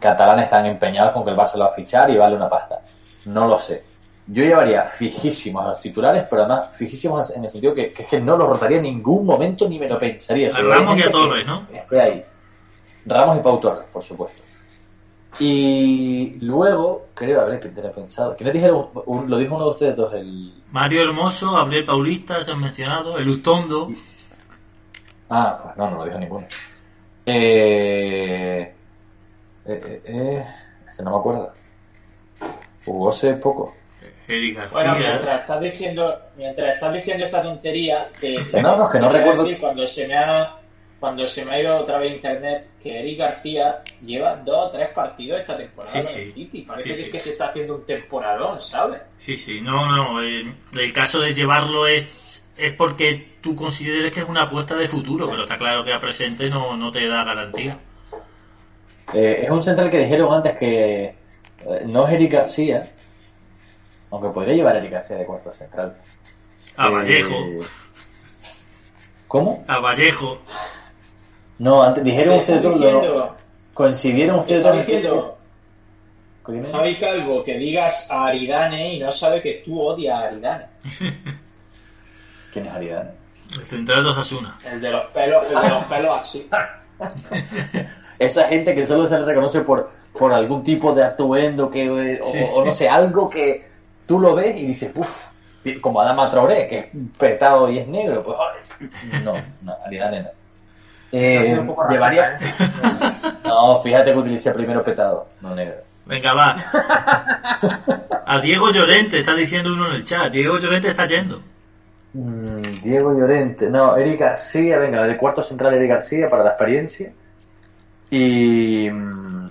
Speaker 3: catalanes están empeñados con que el Barça lo va a fichar y vale una pasta. No lo sé. Yo llevaría fijísimos a los titulares, pero además fijísimos en el sentido que, que es que no los rotaría en ningún momento ni me lo pensaría. O sea,
Speaker 2: A Ramos y a
Speaker 3: hay gente que-
Speaker 2: Torres, ¿no?
Speaker 3: esté ahí. Ramos y Pau Torres, por supuesto. Y luego, creo, a ver, que tenía pensado. Que me dijeron, un- lo dijo uno de ustedes dos, el.
Speaker 2: Mario Hermoso, Gabriel Paulista, se han mencionado, el Ustondo.
Speaker 3: Ah, pues no, no lo dijo ninguno. Eh, eh, eh, eh, es que no me acuerdo. Jugó hace poco.
Speaker 2: Eric García.
Speaker 6: Bueno,
Speaker 3: ¿eh?
Speaker 6: mientras estás diciendo, mientras estás diciendo esta tontería, te-
Speaker 3: Que no, no, es que no
Speaker 6: te voy a
Speaker 3: recuerdo.
Speaker 6: decir, cuando se me ha cuando se me ha ido otra vez internet que Eric García lleva dos o tres partidos esta temporada
Speaker 2: Sí,
Speaker 6: con
Speaker 2: sí.
Speaker 6: el City. Parece
Speaker 2: Sí,
Speaker 6: que,
Speaker 2: sí.
Speaker 6: es que se está haciendo un temporadón, ¿sabes?
Speaker 2: Sí, sí, no, no. eh, el caso de llevarlo es, es porque tú consideres que es una apuesta de futuro, pero está claro que a presente no, no te da garantía.
Speaker 3: Eh, es un central que dijeron antes que eh, no es Eric García, aunque podría llevar a Eric García de cuarto central.
Speaker 2: A
Speaker 3: Eh,
Speaker 2: Ah, Vallejo,
Speaker 3: ¿Cómo?
Speaker 2: a Vallejo.
Speaker 3: No, antes dijeron
Speaker 6: Está
Speaker 3: ustedes dos, lo-
Speaker 6: diciendo,
Speaker 3: coincidieron ustedes
Speaker 6: está
Speaker 3: dos. en
Speaker 6: diciendo
Speaker 3: que- que-
Speaker 6: Javi Calvo que digas a Aridane y no sabe que tú odias a Aridane.
Speaker 3: ¿Quién es Aridane?
Speaker 2: El central de Osasuna.
Speaker 6: El de los pelos, el de los pelos así.
Speaker 3: Esa gente que solo se le reconoce por, por algún tipo de atuendo que, eh, o,
Speaker 2: Sí.
Speaker 3: o no sé, algo que tú lo ves y dices, uff, como Adama Traoré, que es petado y es negro. Pues, ay, no, no, Aridane no.
Speaker 5: Ha
Speaker 3: Eh,
Speaker 5: sido un poco raro,
Speaker 3: llevaría-
Speaker 5: ¿eh?
Speaker 3: No, fíjate que utilicé primero petado, no negro.
Speaker 2: Venga, va. A Diego Llorente, está diciendo uno en el chat. Diego Llorente está yendo.
Speaker 3: Mm, Diego Llorente, no, Eric García, venga, de cuarto central Eric García para la experiencia. Y, mm,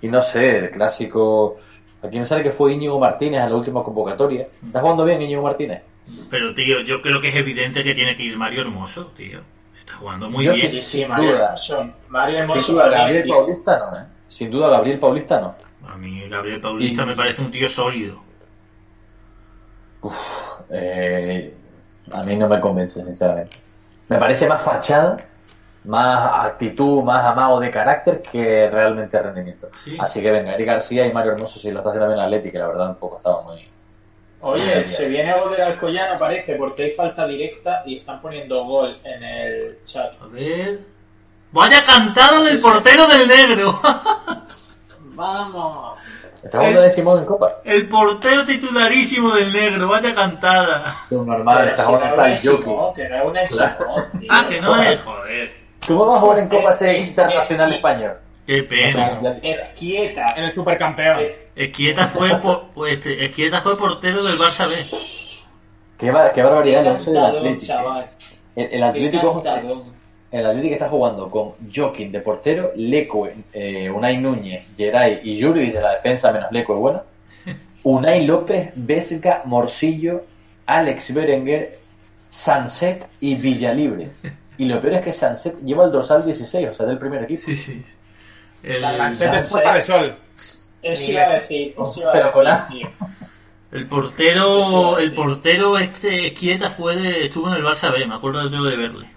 Speaker 3: y no sé, el clásico. Aquí me sale que fue Íñigo Martínez en la última convocatoria. ¿Estás jugando bien, Íñigo Martínez?
Speaker 2: Pero, tío, yo creo que es evidente que tiene que ir Mario Hermoso, tío. Está jugando muy
Speaker 3: Yo
Speaker 2: bien.
Speaker 6: Sí,
Speaker 3: Sin
Speaker 6: sí, Mario
Speaker 3: duda.
Speaker 6: Hermoso. Mario
Speaker 3: Sin
Speaker 6: Hermoso
Speaker 3: duda,
Speaker 6: para mí
Speaker 3: Gabriel
Speaker 6: es fijo.
Speaker 3: Paulista no, ¿eh? Sin duda, Gabriel Paulista no.
Speaker 2: A mí Gabriel Paulista
Speaker 3: Y-
Speaker 2: me parece un tío sólido.
Speaker 3: Eh, a mí no me convence, sinceramente. Me parece más fachada, más actitud, más amado de carácter que realmente rendimiento.
Speaker 2: Sí.
Speaker 3: Así que venga, Eric García y Mario Hermoso, si lo está haciendo bien el Atlético, la verdad, un poco estaba muy.
Speaker 6: Oye, se viene gol del Alcoyano, parece, porque hay falta directa y están poniendo gol en el chat.
Speaker 2: A ver. Vaya cantada del portero del negro.
Speaker 6: ¡Vamos!
Speaker 3: ¿Está jugando
Speaker 2: Eh.
Speaker 3: de Simón en Copa?
Speaker 2: El portero titularísimo del negro, vaya cantada.
Speaker 3: Normal,
Speaker 6: Pero
Speaker 3: está
Speaker 6: si
Speaker 3: jugando
Speaker 6: no
Speaker 3: para
Speaker 6: es
Speaker 3: el
Speaker 6: un
Speaker 3: Jockey.
Speaker 6: Simón, Que no es un Simón, tío.
Speaker 2: Ah, que no es, joder.
Speaker 3: ¿Cómo va a jugar en Copa ese
Speaker 6: Es-
Speaker 3: internacional
Speaker 6: es-
Speaker 3: español?
Speaker 2: EPM.
Speaker 3: Ya-
Speaker 6: eh, Esquieta.
Speaker 5: Eres supercampeón.
Speaker 6: Es-
Speaker 2: Esquieta fue, por, este, Esquieta fue portero del Barça B.
Speaker 3: Qué, bar- qué barbaridad el once del
Speaker 6: Encantador,
Speaker 3: Atlético. eh.
Speaker 6: chaval.
Speaker 3: El, el Atlético
Speaker 6: Encantador.
Speaker 3: el Atlético está jugando con Jokin de portero, Leque, eh, Unai Núñez, Geray y Yuri, dice la defensa menos Leque, bueno. Unai López, Vesga, Morcillo, Alex Berenguer, Sanset y Villalibre. Y lo peor es que Sanset lleva el dorsal 16, o sea, del primer equipo.
Speaker 2: Sí, sí. El,
Speaker 5: Sánchez es puesta de sol.
Speaker 6: Eso iba a decir. Eso iba a
Speaker 3: Pero
Speaker 6: decir,
Speaker 3: con A.
Speaker 6: tío.
Speaker 2: el portero, el portero este Esquieta fue de- estuvo en el Barça B, me acuerdo yo de verle.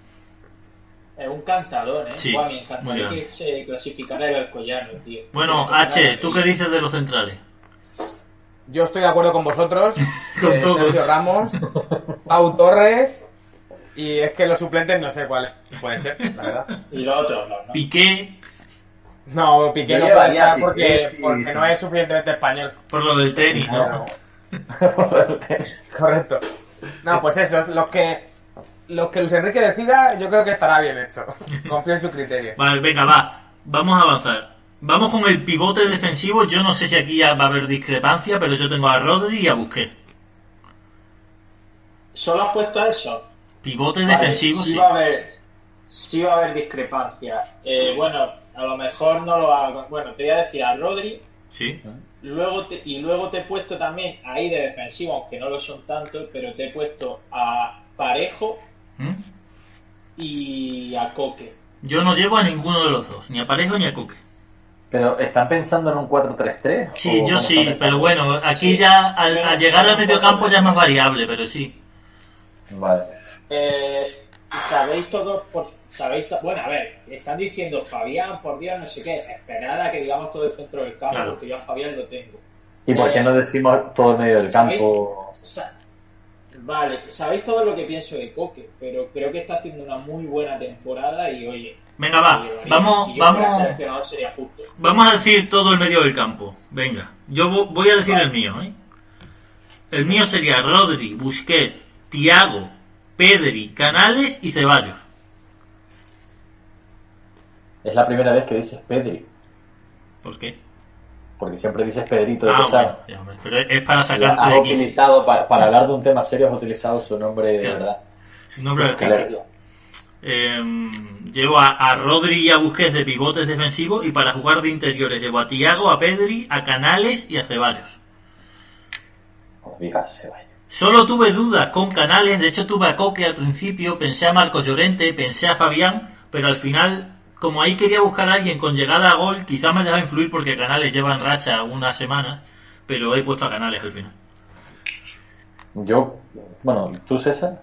Speaker 6: Es un cantador, ¿eh?
Speaker 2: Sí,
Speaker 6: Guau, me
Speaker 2: muy
Speaker 6: encantaría
Speaker 2: bien.
Speaker 6: que se clasificara el Alcoyano, tío.
Speaker 2: Bueno, H, ¿tú qué dices de los centrales?
Speaker 5: Yo estoy de acuerdo con vosotros.
Speaker 2: Con
Speaker 5: eh,
Speaker 2: todos.
Speaker 5: Sergio Ramos, Pau Torres. Y es que los suplentes no sé cuál puede ser, la verdad.
Speaker 6: Y los otros no, ¿no?
Speaker 2: Piqué,
Speaker 5: No, Piqué
Speaker 3: Yo
Speaker 5: no
Speaker 3: llevaría
Speaker 5: puede estar
Speaker 3: a
Speaker 5: porque,
Speaker 3: Piqué, sí,
Speaker 5: porque
Speaker 3: sí.
Speaker 5: no es suficientemente español.
Speaker 2: por lo del tenis, ¿no?
Speaker 5: Correcto. No, pues eso, es los que, los que Luis Enrique decida, yo creo que estará bien hecho. Confío en su criterio.
Speaker 2: Vale, venga, va. Vamos a avanzar. Vamos con el pivote defensivo. Yo no sé si aquí ya va a haber discrepancia, pero yo tengo a Rodri y a Busquets.
Speaker 6: Solo has puesto a eso.
Speaker 2: Pivote
Speaker 6: Vale,
Speaker 2: defensivo,
Speaker 6: sí
Speaker 2: sí.
Speaker 6: va a haber, sí va a haber discrepancia. Eh, bueno, a lo mejor no lo hago. Bueno, te voy a decir a Rodri,
Speaker 2: Sí.
Speaker 6: luego te- y luego te he puesto también ahí de defensivo, aunque no lo son tanto, pero te he puesto a Parejo
Speaker 2: ¿Mm?
Speaker 6: y a Coque.
Speaker 2: Yo no llevo a ninguno de los dos, ni a Parejo ni a Coque.
Speaker 3: Pero, ¿están pensando en un 4-3-3?
Speaker 2: Sí,
Speaker 6: Oh,
Speaker 3: ¿O
Speaker 2: yo
Speaker 3: cómo están
Speaker 2: sí,
Speaker 3: pensando?
Speaker 2: pero bueno, aquí
Speaker 6: Sí.
Speaker 2: ya al,
Speaker 6: Pero-
Speaker 2: al llegar al mediocampo ya es más variable, pero sí.
Speaker 3: Vale.
Speaker 6: Eh, sabéis todos, por, sabéis, to- bueno, a ver, están diciendo Fabián, por Dios, no sé qué, esperad a que digamos todo el centro del campo,
Speaker 2: Claro.
Speaker 6: porque yo a Fabián lo tengo.
Speaker 3: ¿Y por
Speaker 2: Eh,
Speaker 3: qué no decimos todo el medio del campo?
Speaker 6: O sea, vale, sabéis todo lo que pienso de Coque, pero creo que está haciendo una muy buena temporada y oye,
Speaker 2: Venga, va.
Speaker 6: lo llevaría.
Speaker 2: Vamos,
Speaker 6: si yo fuera
Speaker 2: vamos,
Speaker 6: seleccionador sería justo.
Speaker 2: vamos a decir todo el medio del campo. Venga, yo vo- voy a decir el mío, ¿eh? El mío sería Rodri, Busquets, Tiago, Pedri, Canales y Ceballos.
Speaker 3: Es la primera vez que dices Pedri,
Speaker 2: ¿Por qué?
Speaker 3: porque siempre dices Pedrito de
Speaker 2: Ah,
Speaker 3: pesado.
Speaker 2: bueno, ya, hombre, pero es para
Speaker 3: Ya,
Speaker 2: sacar
Speaker 3: has
Speaker 2: de aquí.
Speaker 3: utilizado, para, para hablar de un tema serio, has utilizado su nombre de
Speaker 2: Claro.
Speaker 3: verdad.
Speaker 2: Su nombre de
Speaker 3: Que le-
Speaker 2: Eh, llevo a, a Rodri y a Busquets de pivotes defensivos y para jugar de interiores llevo a Tiago, a Pedri, a Canales y a Ceballos.
Speaker 3: como digas, se vaya.
Speaker 2: Solo tuve dudas con Canales, de hecho tuve a Coque al principio, pensé a Marcos Llorente, pensé a Fabián, pero al final, como ahí quería buscar a alguien con llegada a gol, quizás me dejaba influir porque Canales lleva en racha unas semanas, pero he puesto a Canales al final.
Speaker 3: Yo, bueno, tú César,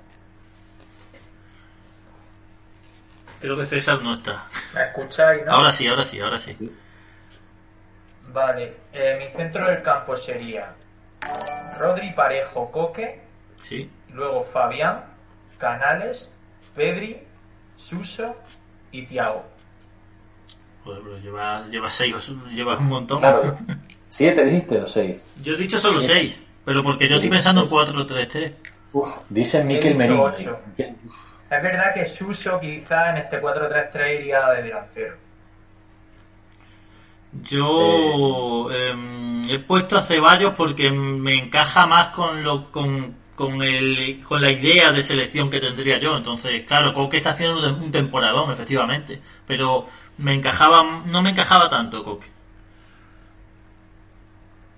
Speaker 2: Creo que César no está.
Speaker 4: ¿Me escucháis, no?
Speaker 2: Ahora sí, ahora sí, ahora sí.
Speaker 4: Vale, eh, mi centro del campo sería Rodri Parejo Coque,
Speaker 2: Sí,
Speaker 4: luego Fabián, Canales, Pedri, Suso y Tiago.
Speaker 2: Joder, pero lleva, lleva seis, lleva un montón.
Speaker 3: claro. ¿Siete dijiste o seis?
Speaker 2: Yo he dicho solo 6, pero porque yo estoy pensando en 4-3-3.
Speaker 3: Uf, dice
Speaker 4: dicho
Speaker 3: Miquel Merino.
Speaker 4: ocho. Es verdad que Suso quizá en este 4-3-3 iría de delantero.
Speaker 2: Yo em, he puesto a Ceballos porque me encaja más con lo con, con, el, con la idea de selección que tendría yo. Entonces, claro, Coque está haciendo un un temporadón, efectivamente, pero me encajaba no me encajaba tanto Coque.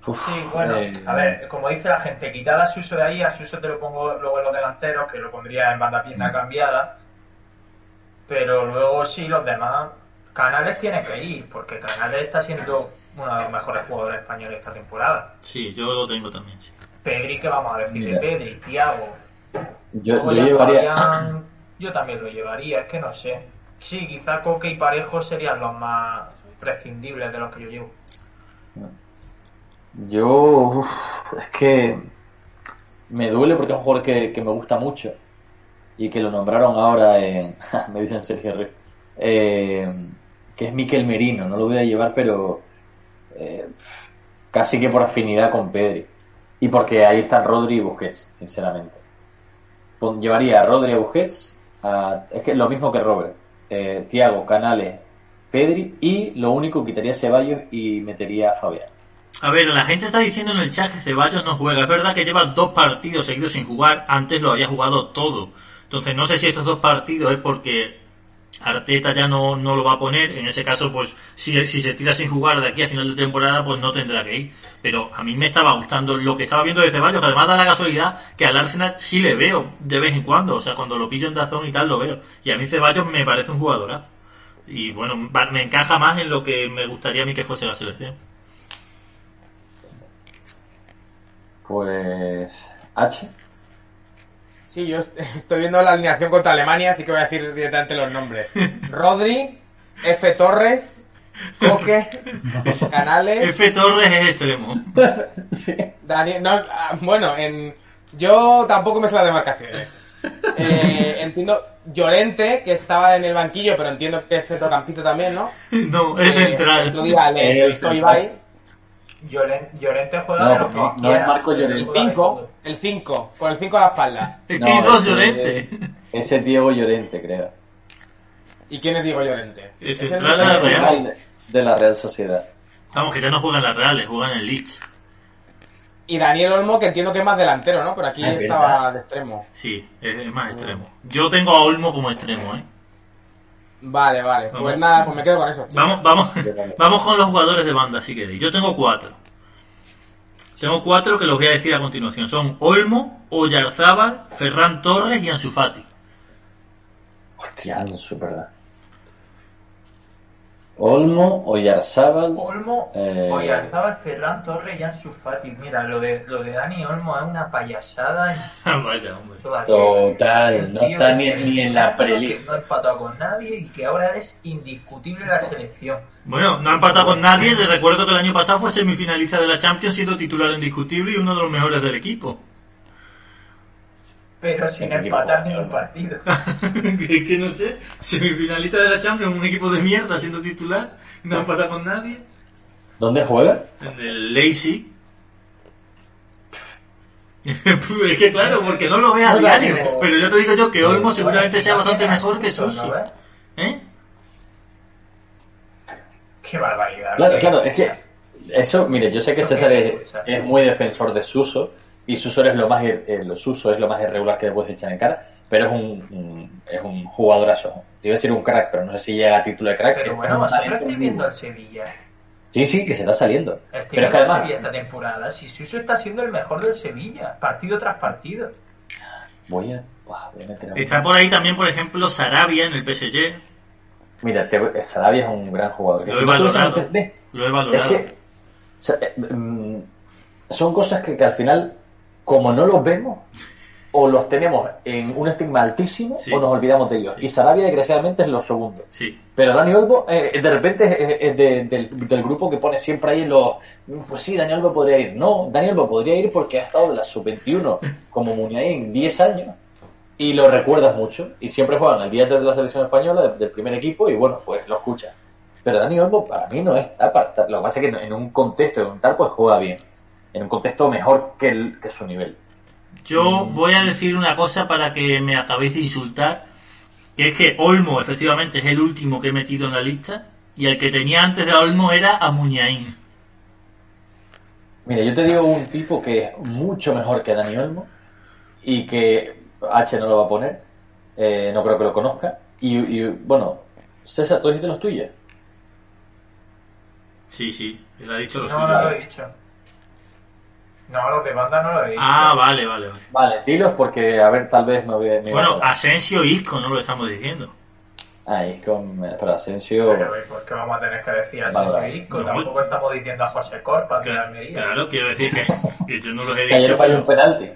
Speaker 3: Uf,
Speaker 4: Sí, bueno,
Speaker 3: eh,
Speaker 4: a ver, como dice la gente, quitada a Suso de ahí, a Suso te lo pongo luego en los delanteros, que lo pondría en banda
Speaker 3: Mm.
Speaker 4: pierna cambiada. Pero luego sí, los demás. Canales tiene que ir, porque Canales está siendo uno de los mejores jugadores españoles esta temporada.
Speaker 2: Sí, yo lo tengo también, sí.
Speaker 4: Pedri, ¿qué vamos a decir
Speaker 3: Mira.
Speaker 4: de Pedri? Tiago.
Speaker 3: Yo,
Speaker 4: luego
Speaker 3: yo
Speaker 4: ya
Speaker 3: llevaría.
Speaker 4: Fabián, yo también lo llevaría, es que no sé. Sí, quizá Coque y Parejo serían los más prescindibles de los que yo llevo.
Speaker 3: Yo, uf, es que me duele porque es un jugador que, que me gusta mucho y que lo nombraron ahora en, me dicen Sergio Ruiz, eh, que es Miquel Merino, no lo voy a llevar, pero eh, casi que por afinidad con Pedri. Y porque ahí están Rodri y Busquets, sinceramente. Pon- llevaría a Rodri a Busquets, a- es que lo mismo que Robert, eh, Tiago, Canales, Pedri y lo único quitaría a Ceballos y metería a Fabián.
Speaker 2: A ver, la gente está diciendo en el chat que Ceballos no juega. Es verdad que lleva dos partidos seguidos sin jugar. Antes lo había jugado todo. Entonces no sé si estos dos partidos es porque Arteta ya no, no lo va a poner. En ese caso, pues si, si se tira sin jugar de aquí a final de temporada, pues no tendrá que ir. Pero a mí me estaba gustando lo que estaba viendo de Ceballos. Además da la casualidad que al Arsenal sí le veo de vez en cuando. O sea, cuando lo pillo en Dazón y tal, lo veo. Y a mí Ceballos me parece un jugadorazo. Y bueno, va- me encaja más en lo que me gustaría a mí que fuese la selección.
Speaker 3: Pues H.
Speaker 5: Sí, yo est- estoy viendo la alineación contra Alemania, así que voy a decir directamente los nombres. Rodri, F. Torres, Coque, Canales,
Speaker 2: F. Torres es extremo.
Speaker 5: Daniel... no, ah, bueno, en, yo tampoco me sé las demarcaciones. Eh, entiendo Llorente, que estaba en el banquillo, pero entiendo que es centrocampista también, ¿no?
Speaker 2: No, es
Speaker 5: Eh,
Speaker 2: central.
Speaker 5: el otro día le
Speaker 3: Eh,
Speaker 5: entrevistó Ibai.
Speaker 4: Lloren- Llorente juega
Speaker 3: No,
Speaker 4: de lo que
Speaker 3: no, no
Speaker 4: quiera.
Speaker 3: es Marco Llorente.
Speaker 5: El 5, el 5, con el 5 a la espalda.
Speaker 2: Es
Speaker 3: No, eh,
Speaker 2: que hay dos
Speaker 3: ese-
Speaker 2: Llorente.
Speaker 3: Ese es Diego Llorente, creo.
Speaker 5: ¿Y quién es Diego Llorente?
Speaker 2: El
Speaker 5: Es el
Speaker 2: central de la
Speaker 5: central.
Speaker 2: Real.
Speaker 3: De la Real Sociedad.
Speaker 2: Vamos, que ya no juegan las Reales, juegan en Leeds.
Speaker 5: Y Daniel Olmo, que entiendo que es más delantero, ¿no? Pero aquí
Speaker 3: Ah, es
Speaker 5: estaba
Speaker 3: verdad.
Speaker 5: de extremo.
Speaker 2: Sí, es es
Speaker 3: Oh.
Speaker 2: más extremo. Yo tengo a Olmo como extremo, ¿eh?
Speaker 5: Vale, vale. Pues
Speaker 2: Vamos.
Speaker 5: nada, pues me quedo con eso. chicos.
Speaker 2: Vamos, vamos,
Speaker 3: Yo también.
Speaker 2: vamos con los jugadores de banda, si queréis. Yo tengo cuatro. Tengo cuatro que los voy a decir a continuación. Son Olmo, Oyarzábal, Ferran Torres y Ansu Fati.
Speaker 3: Hostia, Ansu, verdad. Olmo, Oyarzábal.
Speaker 4: Olmo,
Speaker 3: Eh.
Speaker 4: Oyarzabal, Ferran, Torres y Ansu Fati. Mira, lo de, lo de Dani Olmo es una payasada en
Speaker 2: Ah, Vaya, hombre.
Speaker 4: toda regla.
Speaker 3: Total,
Speaker 4: El
Speaker 3: no
Speaker 4: tío
Speaker 3: está
Speaker 4: es
Speaker 3: ni,
Speaker 4: el
Speaker 3: ni en la
Speaker 4: que
Speaker 3: prelista.
Speaker 4: No ha empatado con nadie y que ahora es indiscutible la selección.
Speaker 2: Bueno, no ha empatado con nadie. Te recuerdo que el año pasado fue semifinalista de la Champions, siendo titular indiscutible y uno de los mejores del equipo.
Speaker 4: Pero sin
Speaker 3: Este equipo
Speaker 4: empatar
Speaker 3: juega
Speaker 4: ningún
Speaker 3: mal.
Speaker 4: partido.
Speaker 2: que, que no sé, semifinalista de la Champions, un equipo de mierda siendo titular, no empata con nadie.
Speaker 3: ¿Dónde juega?
Speaker 2: En el Leipzig. es que claro, porque no lo veas
Speaker 4: No
Speaker 2: diario.
Speaker 4: sabemos.
Speaker 2: Pero yo te digo yo que Olmo seguramente sea bastante
Speaker 4: Tiene
Speaker 2: mejor que
Speaker 4: asunto,
Speaker 2: Suso.
Speaker 4: ¿no ves?
Speaker 2: ¿Eh?
Speaker 4: Qué barbaridad.
Speaker 3: Claro,
Speaker 4: Qué-
Speaker 3: claro, es que eso, mire, yo sé que César es,
Speaker 4: escucha.
Speaker 3: es muy defensor de Suso y Suso es lo más ir- eh, lo Suso es lo más irregular que te puedes echar en cara, pero es un, un- es un jugadorazo. Iba a decir un crack, pero no sé si llega a título de crack.
Speaker 4: Pero
Speaker 3: es
Speaker 4: bueno,
Speaker 3: un
Speaker 4: vosotros
Speaker 3: talento
Speaker 4: estáis
Speaker 3: muy
Speaker 4: viendo al
Speaker 3: bueno.
Speaker 4: Sevilla.
Speaker 3: Sí, sí, que se está saliendo.
Speaker 4: Estoy
Speaker 3: Pero es
Speaker 4: viendo
Speaker 3: que
Speaker 4: al
Speaker 3: además,
Speaker 4: Sevilla esta temporada. Si Suso está siendo el mejor del Sevilla, partido tras partido.
Speaker 3: voy a, buah, voy a meter a-
Speaker 2: Está por ahí también, por ejemplo, Sarabia en el PSG.
Speaker 3: Mira, te- Sarabia es un gran jugador.
Speaker 2: Lo
Speaker 3: Si
Speaker 2: he
Speaker 3: no tuviese-
Speaker 2: valorado.
Speaker 3: ve,
Speaker 2: Lo he
Speaker 3: Es
Speaker 2: valorado.
Speaker 3: que o sea, eh, mm, son cosas que, que al final, como no los vemos, o los tenemos en un estigma altísimo
Speaker 2: Sí.
Speaker 3: o nos olvidamos de ellos.
Speaker 2: Sí.
Speaker 3: Y Sarabia, desgraciadamente, es lo segundo.
Speaker 2: Sí.
Speaker 3: Pero Dani Olmo, eh, de repente, es- es de- del, del grupo que pone siempre ahí los. "Mm, Pues sí, Dani Olmo podría ir. No, Dani Olmo podría ir porque ha estado en la sub-21 como Muniain 10 años y lo recuerdas mucho. Y siempre juegan el día antes de la selección española, de- del primer equipo, y bueno, pues lo escuchas. Pero Dani Olmo para mí no está para estar. Lo que pasa es que en un contexto de un tal, pues juega bien. En un contexto mejor que, el- que su nivel.
Speaker 2: Yo voy a decir una cosa para que me acabéis de insultar, que es que Olmo efectivamente es el último que he metido en la lista y el que tenía antes de Olmo era a Muñain.
Speaker 3: Mira, yo te digo un tipo que es mucho mejor que Dani Olmo y que H no lo va a poner, eh, no creo que lo conozca. Y, y, bueno, César, tú dijiste los tuyos.
Speaker 2: Sí, sí, él ha dicho lo
Speaker 4: No,
Speaker 2: suyo.
Speaker 4: no lo he dicho. No, los de banda no lo he dicho.
Speaker 2: Ah, vale, vale, vale.
Speaker 3: Vale, dilos porque a ver, tal vez me voy a... me voy a
Speaker 2: Bueno, ah.
Speaker 3: acordar.
Speaker 2: Asensio Isco no lo estamos diciendo.
Speaker 3: Ah, es con... Pero Asensio...
Speaker 4: Pero, ¿y ¿por qué vamos a tener que decir a
Speaker 3: Vale,
Speaker 4: Sergio
Speaker 3: vale.
Speaker 4: Isco?
Speaker 2: No.
Speaker 4: Tampoco estamos diciendo Ah, a José Corpa de
Speaker 2: Claro,
Speaker 4: Almería.
Speaker 2: claro, quiero decir que, que yo no los he
Speaker 3: Que ayer
Speaker 2: dicho.
Speaker 3: falló un penalti.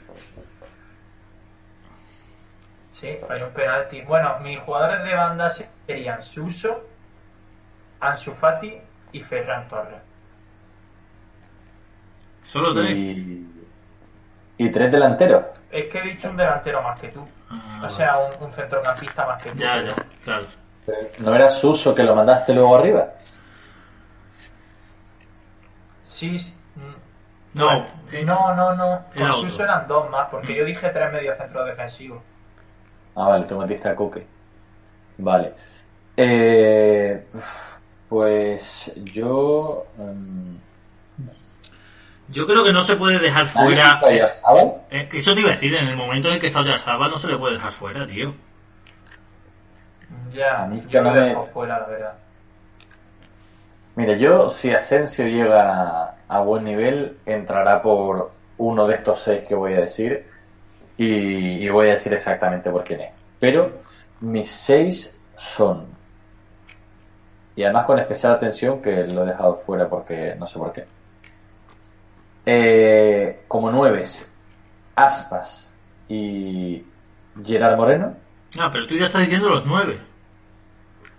Speaker 4: Sí, hay un penalti. Bueno, mis jugadores de banda serían Suso, Ansu Fati y Ferran Torres.
Speaker 2: Solo tres.
Speaker 3: Y, y tres delanteros.
Speaker 4: Es que he dicho un delantero más que tú.
Speaker 2: Ah,
Speaker 4: O sea, un, un centrocampista más que tú.
Speaker 2: ya, ya, claro.
Speaker 3: ¿No era Suso que lo mandaste luego arriba?
Speaker 4: Sí, s- mm,
Speaker 2: No, eh,
Speaker 4: no, no, no. Con
Speaker 2: era otro. Mm.
Speaker 4: Suso eran dos más, porque yo dije tres mediocentros defensivos.
Speaker 3: Ah, vale, tú metiste a Coque. Vale. Eh, uf, Pues yo. em,
Speaker 2: Yo creo que no se puede dejar
Speaker 3: ¿alguien
Speaker 2: fuera.
Speaker 3: quiere Oyarzabal?
Speaker 2: eh, eso te iba a decir, en el momento en el que está Oyarzabal no se le puede dejar fuera, tío.
Speaker 4: Ya,
Speaker 3: A mí es que
Speaker 4: yo
Speaker 3: no
Speaker 4: lo
Speaker 3: me-
Speaker 4: dejo fuera, la verdad.
Speaker 3: Mira, yo si Asensio llega a buen nivel, entrará por uno de estos seis que voy a decir y, y voy a decir exactamente por quién es. Pero mis seis son. Y además con especial atención que lo he dejado fuera porque no sé por qué. Eh, como nueves, Aspas y Gerard Moreno.
Speaker 2: Ah, pero tú ya estás diciendo los nueve.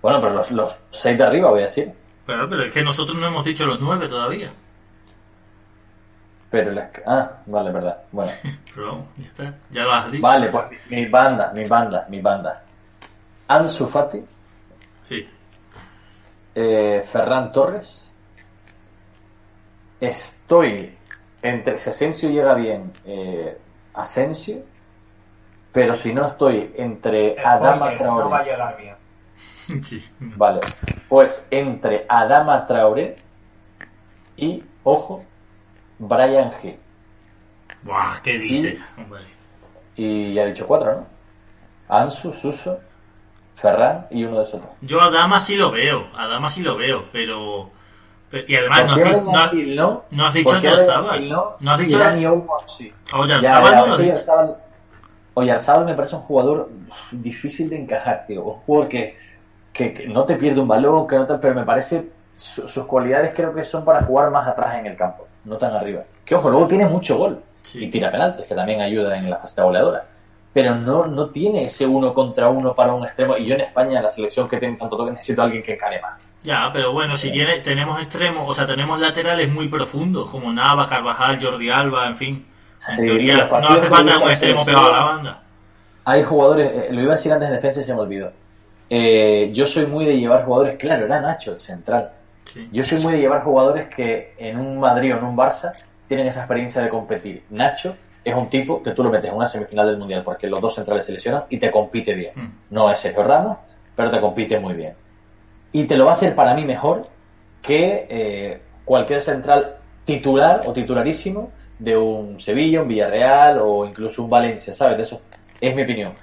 Speaker 3: Bueno, pero los, los seis de arriba voy a decir.
Speaker 2: Pero, pero es que nosotros no hemos dicho los nueve todavía.
Speaker 3: Pero las... Ah, vale, verdad. Bueno.
Speaker 2: Pero vamos, ya está. Ya lo has dicho.
Speaker 3: Vale, pues mi- mi banda, mi banda, mi banda. Ansu Fati,
Speaker 2: Sí.
Speaker 3: eh, Ferran Torres. Estoy entre si Asensio llega bien, eh, Asensio. Pero si no estoy entre
Speaker 4: El
Speaker 3: Adama
Speaker 4: Poker Eh, no va a
Speaker 3: Traoré.
Speaker 4: llegar bien.
Speaker 2: sí.
Speaker 3: Vale, pues entre Adama Traoré y, ojo, Brian G.
Speaker 2: Buah, ¿qué dices? Hombre.
Speaker 3: Y ya he dicho cuatro, ¿no? Ansu, Suso, Ferran y uno de esos dos.
Speaker 2: Yo a Dama sí lo veo, a Dama sí lo veo, pero... pero- y además no
Speaker 3: ¿Por
Speaker 2: has,
Speaker 3: qué
Speaker 2: di-
Speaker 3: Brian
Speaker 2: no has-
Speaker 3: Hill no?
Speaker 2: no has dicho
Speaker 3: ¿Por qué
Speaker 2: Oyarzabal?
Speaker 3: Brian Hill no?
Speaker 2: No has dicho-
Speaker 3: Y Dani Olmo sí.
Speaker 2: a
Speaker 3: Ya,
Speaker 2: Oyarzabal
Speaker 3: ya,
Speaker 2: no lo
Speaker 3: es que
Speaker 2: has dicho.
Speaker 3: Oyarzabal- Oyarzabal me parece un jugador difícil de encajar, tío. Un jugador que, que, que no te pierde un balón, que no te, pero me parece su- sus cualidades creo que son para jugar más atrás en el campo, no tan arriba. Que ojo, luego tiene mucho gol
Speaker 2: Sí.
Speaker 3: y tira penaltes, que también ayuda en la faceta goleadora. Pero no, no tiene ese uno contra uno para un extremo. Y yo en España, en la selección que tiene tanto toque, necesito a alguien que encare más.
Speaker 2: Ya, pero bueno, si quieres, tenemos extremos, o sea, tenemos laterales muy profundos, como Nava, Carvajal, Jordi Alba, en fin. En
Speaker 3: Sí,
Speaker 2: teoría,
Speaker 3: los
Speaker 2: no
Speaker 3: partidos
Speaker 2: hace falta
Speaker 3: contra
Speaker 2: un
Speaker 3: la
Speaker 2: extremo
Speaker 3: selección-
Speaker 2: pegado a la banda.
Speaker 3: Hay jugadores, eh, lo iba a decir antes en defensa y se me olvidó. Eh, yo soy muy de llevar jugadores, claro, era Nacho el central.
Speaker 2: Sí.
Speaker 3: Yo soy muy de llevar jugadores que en un Madrid o en un Barça tienen esa experiencia de competir. Nacho es un tipo que tú lo metes en una semifinal del Mundial porque los dos centrales se lesionan y te compite bien.
Speaker 2: Mm.
Speaker 3: No es Sergio Ramos, pero te compite muy bien. Y te lo va a hacer para mí mejor que eh, cualquier central titular o titularísimo de un Sevilla, un Villarreal o incluso un Valencia, ¿sabes? De eso es mi opinión.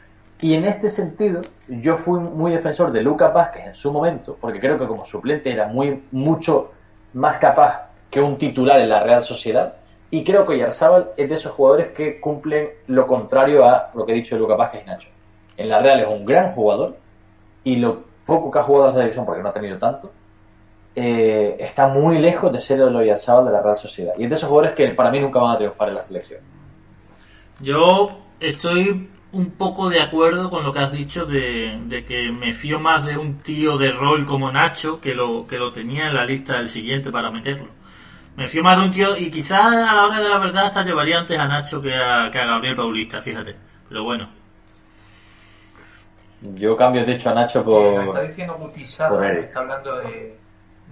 Speaker 3: Y en este sentido, yo fui muy defensor de Lucas Vázquez en su momento, porque creo que como suplente era muy mucho más capaz que un titular en la Real Sociedad. Y creo que Yarzábal es de esos jugadores que cumplen lo contrario a lo que he dicho de Lucas Vázquez y Nacho. En la Real es un gran jugador y lo poco que ha jugado en la selección, porque no ha tenido tanto, eh, está muy lejos de ser el Oyarzábal de la Real Sociedad. Y es de esos jugadores que para mí nunca van a triunfar en la selección.
Speaker 2: Yo estoy un poco de acuerdo con lo que has dicho de, de que me fío más de un tío de rol como Nacho que lo, que lo tenía en la lista del siguiente para meterlo. Me fío más de un tío y quizás a la hora de la verdad hasta llevaría antes a Nacho que a, que a Gabriel Paulista, fíjate. Pero bueno,
Speaker 3: Yo cambio, de hecho, a Nacho
Speaker 4: Lo Eh, está
Speaker 3: por...
Speaker 4: diciendo
Speaker 3: por
Speaker 4: Gutizada,
Speaker 3: Eric.
Speaker 4: está hablando de,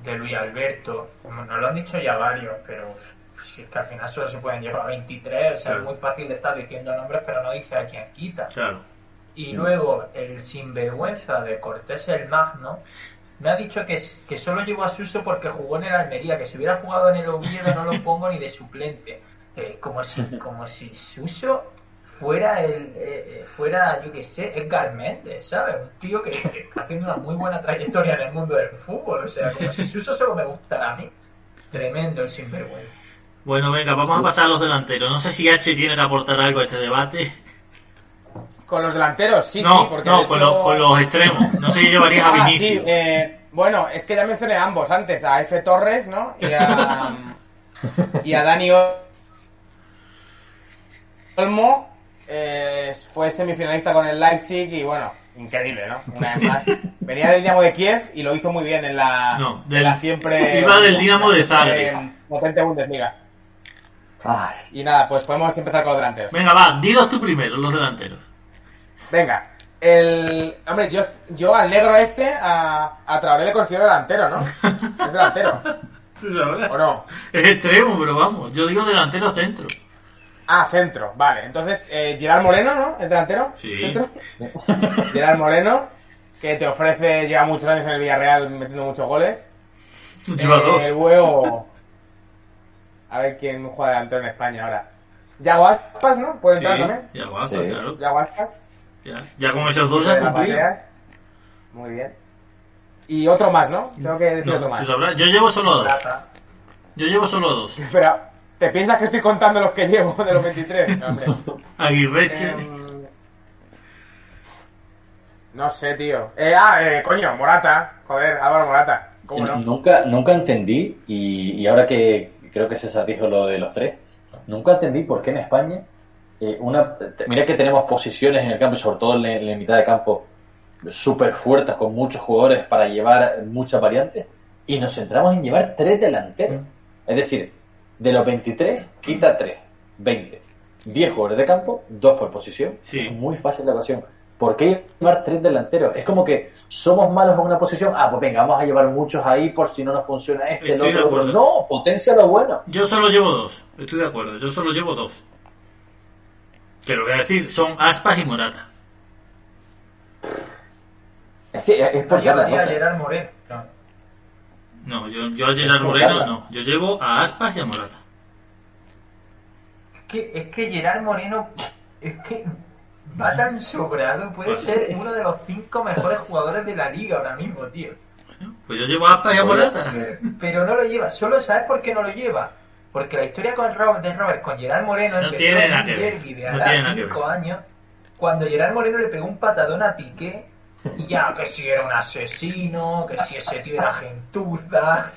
Speaker 4: de Luis Alberto. Como Nos lo han dicho ya varios, pero uf, si es que al final solo se pueden llevar a 23. O sea,
Speaker 2: Claro.
Speaker 4: es muy fácil de estar diciendo nombres, pero no dice a quién quita.
Speaker 2: claro.
Speaker 4: Y luego el sinvergüenza de Cortés el Magno me ha dicho que, que solo llevó a Suso porque jugó en el Almería, que si hubiera jugado en el Oviedo no lo pongo ni de suplente. Eh, como, si, como si Suso fuera, el, eh, eh, fuera yo qué sé, Edgar Méndez, ¿sabes? Un tío que, que está haciendo una muy buena trayectoria en el mundo del fútbol. O sea, como si Suso solo me gustara a mí. Tremendo el sinvergüenza.
Speaker 2: Bueno, venga, vamos a pasar a los delanteros. No sé si H tiene que aportar algo a este debate.
Speaker 5: Con los delanteros, sí, sí,
Speaker 2: no,
Speaker 5: porque.
Speaker 2: no,
Speaker 5: de
Speaker 2: con,
Speaker 5: hecho-
Speaker 2: los, con los extremos. No sé si llevarías a
Speaker 5: Ah,
Speaker 2: Vinicius.
Speaker 5: sí, eh, bueno, es que ya mencioné a ambos antes, a F. Torres, ¿no? Y a, y a Dani Olmo, eh, fue semifinalista con el Leipzig y bueno, increíble, ¿no? Una vez más. Venía del Dinamo de Kiev y lo hizo muy bien en la,
Speaker 2: No,
Speaker 5: en
Speaker 2: del-
Speaker 5: la siempre...
Speaker 2: iba del Dinamo de
Speaker 5: la siempre
Speaker 2: Zagreb.
Speaker 5: Potente Bundesliga.
Speaker 3: Ay,
Speaker 5: Y nada, pues podemos empezar con los delanteros.
Speaker 2: Venga, va, dilos tú primero, los delanteros.
Speaker 5: Venga, el. Hombre, yo, yo al negro este, a, a Traoré le considero delantero, ¿no? Es delantero, ¿o no?
Speaker 2: Es extremo, pero vamos, yo digo delantero centro.
Speaker 5: Ah, centro, vale. Entonces, eh, Gerard Moreno, ¿no? ¿Es delantero?
Speaker 2: Sí.
Speaker 5: ¿Centro? Gerard Moreno, que te ofrece, lleva muchos años en el Villarreal metiendo muchos goles.
Speaker 2: Lleva dos.
Speaker 5: Eh, huevo. A ver quién juega delantero en España ahora. Yago Aspas, ¿no? ¿Puede entrar también?
Speaker 2: ya guapo,
Speaker 3: Sí.
Speaker 2: claro.
Speaker 5: Yago Aspas.
Speaker 2: Ya, ya con esos dos
Speaker 5: de
Speaker 2: ya
Speaker 5: las
Speaker 2: cumplí.
Speaker 5: Baleares. Muy bien. Y otro más, ¿no? Tengo que decir
Speaker 2: No,
Speaker 5: otro más.
Speaker 2: tú sabrás. Yo llevo solo dos.
Speaker 4: Plata.
Speaker 2: Yo llevo solo dos.
Speaker 5: Espera, ¿te piensas que estoy contando los que llevo de los 23? No, hombre.
Speaker 2: Aguirreche.
Speaker 5: Em, no sé, tío. Eh, ah, eh, coño, Morata. Joder, Álvaro Morata. ¿Cómo no?
Speaker 3: Nunca, nunca entendí, y, y ahora que creo que César dijo lo de los tres, nunca entendí por qué en España, eh, una te- mira que tenemos posiciones en el campo, y sobre todo en la, en la mitad de campo, súper fuertes, con muchos jugadores para llevar muchas variantes, y nos centramos en llevar tres delanteros.
Speaker 2: Mm.
Speaker 3: Es decir, de los 23, quita tres, 20. 10 jugadores de campo, dos por posición.
Speaker 2: Sí.
Speaker 3: Es muy fácil la ocasión. ¿Por qué llevar tres delanteros? Es como que somos malos en una posición. Ah, pues venga, vamos a llevar muchos ahí por si no nos funciona este, el
Speaker 2: Estoy de
Speaker 3: otro.
Speaker 2: acuerdo.
Speaker 3: No, potencia lo bueno.
Speaker 2: Yo solo llevo dos. Estoy de acuerdo. Yo solo llevo dos. Que lo voy a decir son Aspas y Morata.
Speaker 3: Es que es es
Speaker 4: No
Speaker 3: por darle
Speaker 4: llevaría a
Speaker 3: nota.
Speaker 4: Gerard Moreno. No.
Speaker 2: No, yo, yo a Gerard Moreno no. Yo llevo a Aspas y a Morata.
Speaker 4: que- es que Gerard Moreno es que va tan sobrado,
Speaker 2: Pues
Speaker 4: puede ser uno de los cinco mejores jugadores de la liga ahora mismo, tío.
Speaker 2: Pues yo llevo a Aspas y a Morata.
Speaker 4: Pero no lo lleva, solo sabes por qué no lo lleva. Porque la historia con Robert, de Robert con Gerard Moreno
Speaker 2: No
Speaker 4: empezó
Speaker 2: tiene nada
Speaker 4: en
Speaker 2: que ver,
Speaker 4: Derby de
Speaker 2: no
Speaker 4: hará
Speaker 2: tiene nada que
Speaker 4: cinco
Speaker 2: ver.
Speaker 4: años, cuando Gerard Moreno le pegó un patadón a Piqué, y ya que si era un asesino, que si ese tío era gentuza.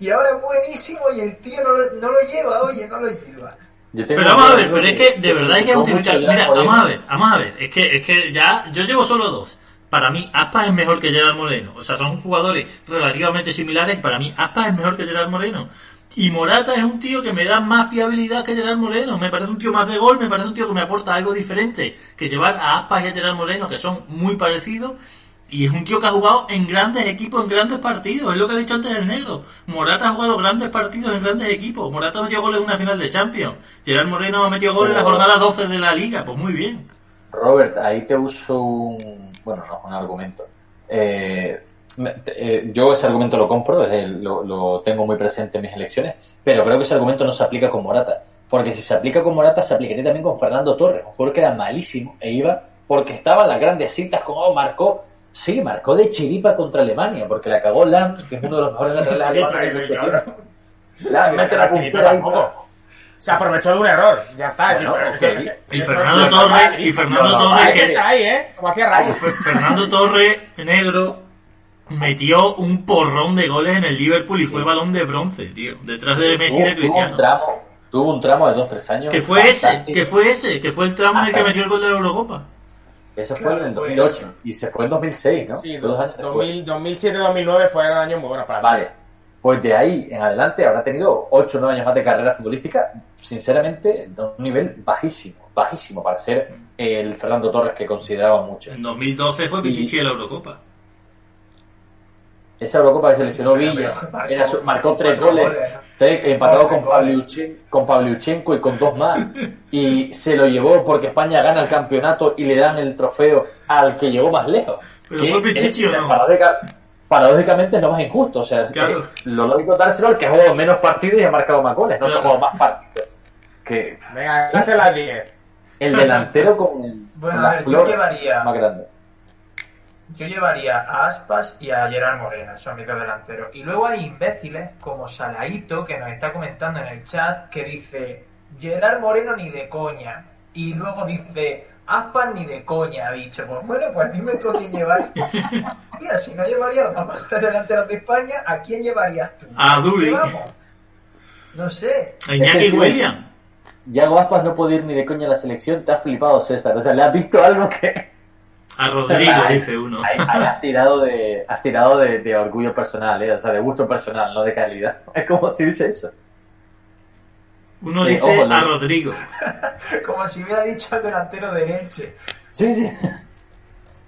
Speaker 4: Y ahora es buenísimo y el tío no lo, no lo lleva, oye, no lo lleva.
Speaker 3: Yo tengo
Speaker 2: Pero vamos a
Speaker 3: un
Speaker 2: ver,
Speaker 3: amigo
Speaker 2: pero es que de verdad hay que
Speaker 3: criticó
Speaker 2: justificar.
Speaker 3: mucho ¿eh? a
Speaker 2: Mira,
Speaker 3: Gerard Moreno.
Speaker 2: vamos a ver, vamos a ver. Es que, es que ya, yo llevo solo dos. Para mí, Aspas es mejor que Gerard Moreno. O sea, son jugadores relativamente similares. Para mí, Aspas es mejor que Gerard Moreno. Y Morata es un tío que me da más fiabilidad que Gerard Moreno. Me parece un tío más de gol, me parece un tío que me aporta algo diferente que llevar a Aspas y a Gerard Moreno, que son muy parecidos. Y es un tío que ha jugado en grandes equipos, en grandes partidos. Es lo que ha dicho antes el negro. Morata ha jugado grandes partidos en grandes equipos. Morata metió goles en una final de Champions. Gerard Moreno ha metido goles en la
Speaker 3: Pero-
Speaker 2: jornada 12 de la Liga. Pues muy bien.
Speaker 3: Robert, ahí te uso un. Bueno, no es un argumento. Eh, me- eh, yo ese argumento lo compro, es el- lo, lo tengo muy presente en mis elecciones, pero creo que ese argumento no se aplica con Morata. Porque si se aplica con Morata, se aplicaría también con Fernando Torres, un jugador que era malísimo e iba porque estaban las grandes citas como oh, marcó. Sí, marcó de chiripa contra Alemania, porque la cagó Lam, que es uno de los mejores laterales alemanes de mucho tiempo. Lam, mete la puntera ahí.
Speaker 5: Tampoco. Se aprovechó de un error. Ya está.
Speaker 3: Bueno,
Speaker 5: tío,
Speaker 3: ok.
Speaker 5: eso- eso-
Speaker 2: Y
Speaker 5: eso-
Speaker 2: Fernando
Speaker 5: eso-
Speaker 2: Torres, y Fernando Torres
Speaker 5: Hay que
Speaker 2: que,
Speaker 5: estar ahí, ¿eh? Como hacía Raúl.
Speaker 2: Fer- Fernando Torres, negro, metió un porrón de goles en el Liverpool y fue balón de bronce, tío. Detrás de Messi y
Speaker 3: Tuvo,
Speaker 2: de
Speaker 3: tuvo un
Speaker 2: Cristiano.
Speaker 3: tramo, tuvo un tramo de 2-3 años.
Speaker 2: Que fue ese,
Speaker 3: fantástico.
Speaker 2: que fue ese, que fue el tramo en el que metió el gol de la Eurocopa.
Speaker 3: Eso fue
Speaker 4: Claro,
Speaker 3: en el
Speaker 4: pues.
Speaker 3: 2008 y se fue en 2006, ¿no?
Speaker 5: Sí,
Speaker 3: Dos años después. Ah,
Speaker 5: 2007-2009 fueron años muy buenos para ti.
Speaker 3: Vale. Pues de ahí en adelante habrá tenido 8 o 9 años más de carrera futbolística, sinceramente, de un nivel bajísimo, bajísimo para ser el Fernando Torres que consideraba mucho.
Speaker 2: En 2012 fue Pichichi de la Eurocopa.
Speaker 3: Esa Eurocopa que se lesionó Villa,
Speaker 4: Pero, pero marcó-
Speaker 3: era su- marcó tres
Speaker 4: cuatro
Speaker 3: goles,
Speaker 4: goles, ¿no?
Speaker 3: tres, empatado
Speaker 4: Cuatro
Speaker 3: con, Pavliuchen- con Pavliuchenko y con dos más, y se lo llevó porque España gana el campeonato y le dan el trofeo al que llegó más lejos.
Speaker 2: Pero
Speaker 3: Que
Speaker 2: fue Pichichi,
Speaker 3: es-
Speaker 2: ¿o no?
Speaker 3: paradójica- paradójicamente es lo más injusto, o sea,
Speaker 2: Claro.
Speaker 3: eh, lo lógico es dárselo al que ha jugado menos partidos y ha marcado más goles, no al que ha
Speaker 2: Claro.
Speaker 3: jugado más partidos. Que
Speaker 5: Venga, hace las 10.
Speaker 3: el delantero con, el-
Speaker 4: Bueno,
Speaker 3: con
Speaker 4: a
Speaker 3: la
Speaker 4: ver, yo
Speaker 3: flor
Speaker 4: llevaría-
Speaker 3: más grande.
Speaker 4: Yo llevaría a Aspas y a Gerard Moreno, son mis dos delanteros. Y luego hay imbéciles como Salaito, que nos está comentando en el chat, que dice Gerard Moreno ni de coña. Y luego dice Aspas ni de coña, ha dicho. Pues bueno, pues dime tú a quién llevarías. Tía, si no llevaría a los dos mejores delanteros de España, ¿a quién llevarías tú?
Speaker 2: A
Speaker 4: ¿Quién
Speaker 2: Duri.
Speaker 4: llevamos? No sé.
Speaker 2: A Iñaki
Speaker 3: Es que sí,
Speaker 2: William.
Speaker 3: Yago Aspas no puede ir ni de coña a la selección, te ha flipado César, o sea, le has visto algo que...
Speaker 2: A Rodrigo,
Speaker 3: Ay,
Speaker 2: dice uno.
Speaker 3: Ahí, ahí has tirado de, has tirado de, de orgullo personal, ¿eh? o sea, de gusto personal, no de calidad. Es como si dice eso.
Speaker 2: Uno
Speaker 3: Eh,
Speaker 2: dice
Speaker 3: ojo,
Speaker 2: a
Speaker 3: no.
Speaker 2: Rodrigo.
Speaker 4: Como si hubiera dicho al delantero de Leche.
Speaker 3: Sí, sí.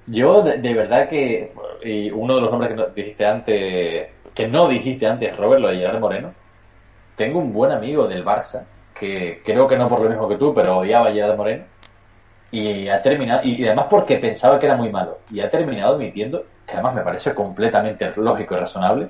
Speaker 3: Yo, de, de verdad que, y uno de los nombres que no dijiste antes, que no dijiste antes, Robert, lo de Gerard Moreno, tengo un buen amigo del Barça, que creo que no por lo mismo que tú, pero odiaba a Gerard Moreno, y ha terminado, y, y además porque pensaba que era muy malo, y ha terminado admitiendo, que además me parece completamente lógico y razonable,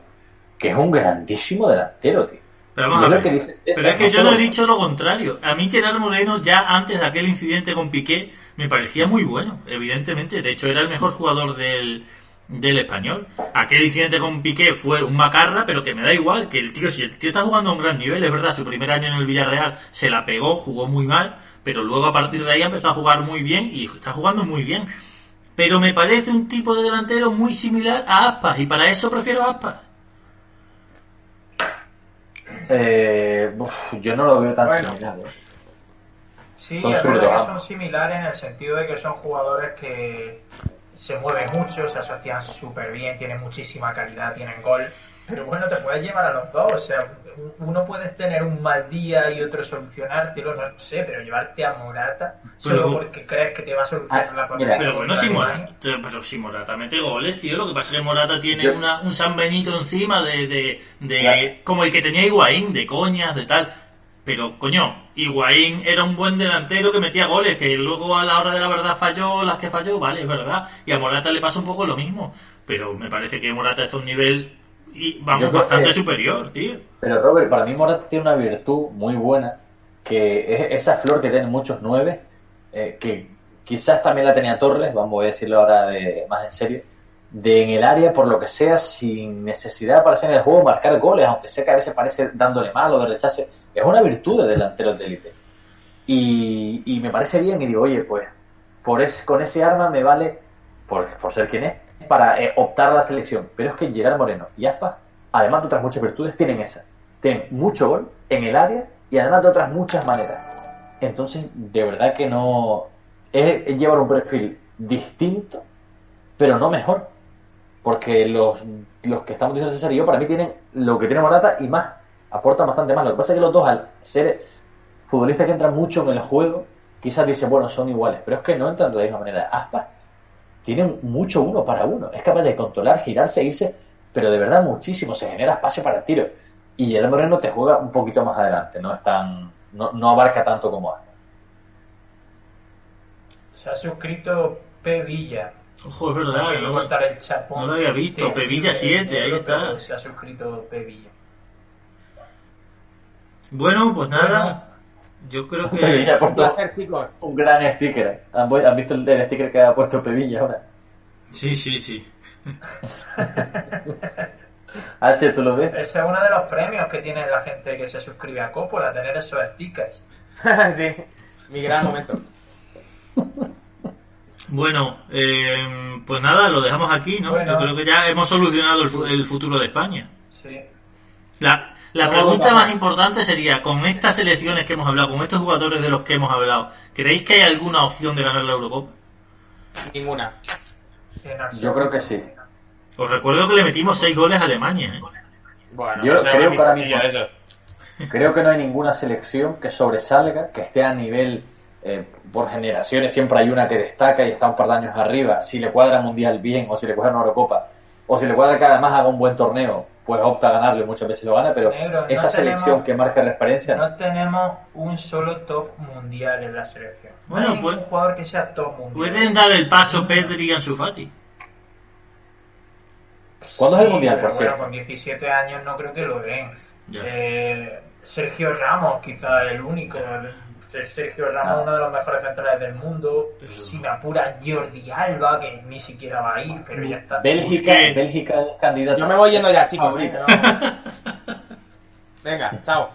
Speaker 3: que es un grandísimo delantero, tío.
Speaker 2: Pero vamos
Speaker 3: Yo
Speaker 2: a
Speaker 3: creo
Speaker 2: ver.
Speaker 3: que dices-
Speaker 2: Pero es que
Speaker 3: no
Speaker 2: yo no he
Speaker 3: solo-
Speaker 2: dicho lo contrario. A mí Gerard Moreno, ya antes de aquel incidente con Piqué, me parecía muy bueno, evidentemente. De hecho, era el mejor jugador del, del español. Aquel incidente con Piqué fue un macarra, pero que me da igual, que el tío, si el tío está jugando a un gran nivel, es verdad, su primer año en el Villarreal se la pegó, jugó muy mal, pero luego a partir de ahí empezó a jugar muy bien y está jugando muy bien. Pero me parece un tipo de delantero muy similar a Aspas, y para eso prefiero a Aspas.
Speaker 3: Eh, uf, yo no lo veo tan
Speaker 5: Bueno.
Speaker 3: similar. ¿eh?
Speaker 4: Sí,
Speaker 3: Son
Speaker 4: es verdad
Speaker 3: zurdos,
Speaker 4: que
Speaker 3: vamos.
Speaker 4: son similares en el sentido de que son jugadores que se mueven mucho, se asocian súper bien, tienen muchísima calidad, tienen gol. Pero bueno, te puedes llevar a los dos. O sea, u- uno puede tener un mal día y otro solucionártelo, no sé, pero llevarte a Morata
Speaker 2: Pero-
Speaker 4: solo porque crees que te va a solucionar
Speaker 3: Ah,
Speaker 4: la
Speaker 3: mira,
Speaker 2: Pero bueno, si
Speaker 4: contraria.
Speaker 2: Morata, pero si Morata mete goles, tío. ¿eh? Lo que pasa es que Morata tiene
Speaker 3: Yo-
Speaker 2: una, un San Benito encima de, de, de-
Speaker 3: Claro.
Speaker 2: como el que tenía Higuaín, de coñas, de tal. Pero, coño, Higuaín era un buen delantero que metía goles, que luego a la hora de la verdad falló las que falló, vale, es verdad. Y a Morata le pasa un poco lo mismo. Pero me parece que Morata está a un nivel, y,
Speaker 3: Yo
Speaker 2: vamos,
Speaker 3: creo
Speaker 2: bastante
Speaker 3: que-
Speaker 2: superior, tío.
Speaker 3: Pero Robert, para mí Morata tiene una virtud muy buena, que es esa flor que tienen muchos nueve, eh, que quizás también la tenía Torres, vamos, voy a decirlo ahora de, más en serio, de en el área, por lo que sea, sin necesidad de aparecer en el juego, marcar goles, aunque sea que a veces parece dándole mal o de rechace, es una virtud de delanteros de élite. Y, y me parece bien y digo, oye, pues por ese- con ese arma me vale, por, por ser quien es, para eh, optar a la selección. Pero es que Gerard Moreno y Aspas, además de otras muchas virtudes, tienen esa. Tienen mucho gol en el área y además de otras muchas maneras. Entonces, de verdad que no... Es, es llevar un perfil distinto, pero no mejor. Porque los, los que estamos diciendo César y yo, para mí tienen lo que tiene Morata y más. Aportan bastante más. Lo que pasa es que los dos, al ser futbolistas que entran mucho en el juego, quizás dicen, bueno, son iguales, pero es que no entran de la misma manera. Aspas tiene mucho uno para uno, es capaz de controlar, girarse, irse, pero de verdad muchísimo, se genera espacio para el tiro. Y Gerard Moreno te juega un poquito más adelante, no es tan, no, no abarca tanto como Aspas.
Speaker 4: Se ha suscrito P. Villa.
Speaker 2: Ojo, es verdad.
Speaker 4: Hay que
Speaker 2: ¿no?
Speaker 4: cortar el chapón.
Speaker 2: no lo había visto.
Speaker 4: Tío,
Speaker 2: P. Villa
Speaker 4: en
Speaker 2: 7, ahí
Speaker 4: Europa
Speaker 2: está.
Speaker 4: Se ha suscrito P. Villa.
Speaker 2: Bueno, pues nada. Yo creo que...
Speaker 3: Pevilla ha puesto
Speaker 5: Un placer, chicos.
Speaker 3: un gran sticker. ¿Han, vu- han visto el, el sticker que ha puesto Pevilla ahora?
Speaker 2: Sí, sí, sí.
Speaker 3: H, ¿tú lo ves?
Speaker 4: Ese es uno de los premios que tiene la gente que se suscribe a Coppola, tener esos stickers.
Speaker 5: sí, mi gran momento.
Speaker 2: Bueno, eh, pues nada, lo dejamos aquí, ¿no?
Speaker 4: Bueno.
Speaker 2: Yo creo que ya hemos solucionado el, fu- el futuro de España.
Speaker 4: Sí.
Speaker 2: La, la
Speaker 5: No,
Speaker 2: pregunta
Speaker 5: no, no.
Speaker 2: más importante sería, con estas selecciones que hemos hablado, con estos jugadores de los que hemos hablado, ¿creéis que hay alguna opción de ganar la Eurocopa?
Speaker 5: Ninguna.
Speaker 4: En absoluto.
Speaker 3: Yo creo que sí.
Speaker 2: Os recuerdo que le metimos seis goles a Alemania. ¿eh?
Speaker 5: Bueno,
Speaker 3: Yo
Speaker 5: no sé,
Speaker 3: creo que ahora
Speaker 5: ni
Speaker 3: mismo-
Speaker 5: eso.
Speaker 3: Creo que no hay ninguna selección que sobresalga, que esté a nivel eh, por generaciones. Siempre hay una que destaca y está un par de años arriba. Si le cuadra Mundial bien, o si le cuadra una Eurocopa, o si le cuadra que además haga un buen torneo, pues opta a ganarlo y muchas veces lo gana. Pero
Speaker 4: Negro, no
Speaker 3: esa
Speaker 4: tenemos-
Speaker 3: selección que marca referencia,
Speaker 4: No tenemos un solo top mundial en la selección. No
Speaker 2: Bueno,
Speaker 4: hay ningún
Speaker 2: pues-
Speaker 4: jugador que sea top mundial.
Speaker 2: Pueden dar el paso Pedri y Ansu Fati.
Speaker 3: ¿cuándo es el
Speaker 4: Sí,
Speaker 3: Mundial,
Speaker 4: pero
Speaker 3: por
Speaker 4: bueno,
Speaker 3: cierto?
Speaker 4: con 17 años no creo que lo den.
Speaker 2: Ya.
Speaker 4: Eh, Sergio Ramos, quizá el único. Ser- Sergio Ramos,
Speaker 3: Ah.
Speaker 4: uno de los mejores centrales del mundo. Si me apura, Jordi Alba, que ni siquiera va a ir, pero ya está.
Speaker 3: Bélgica,
Speaker 2: Busqué.
Speaker 3: Bélgica es candidata.
Speaker 5: Yo me voy yendo ya, chicos. ¿eh?
Speaker 3: Favorita.
Speaker 5: No. Venga, chao.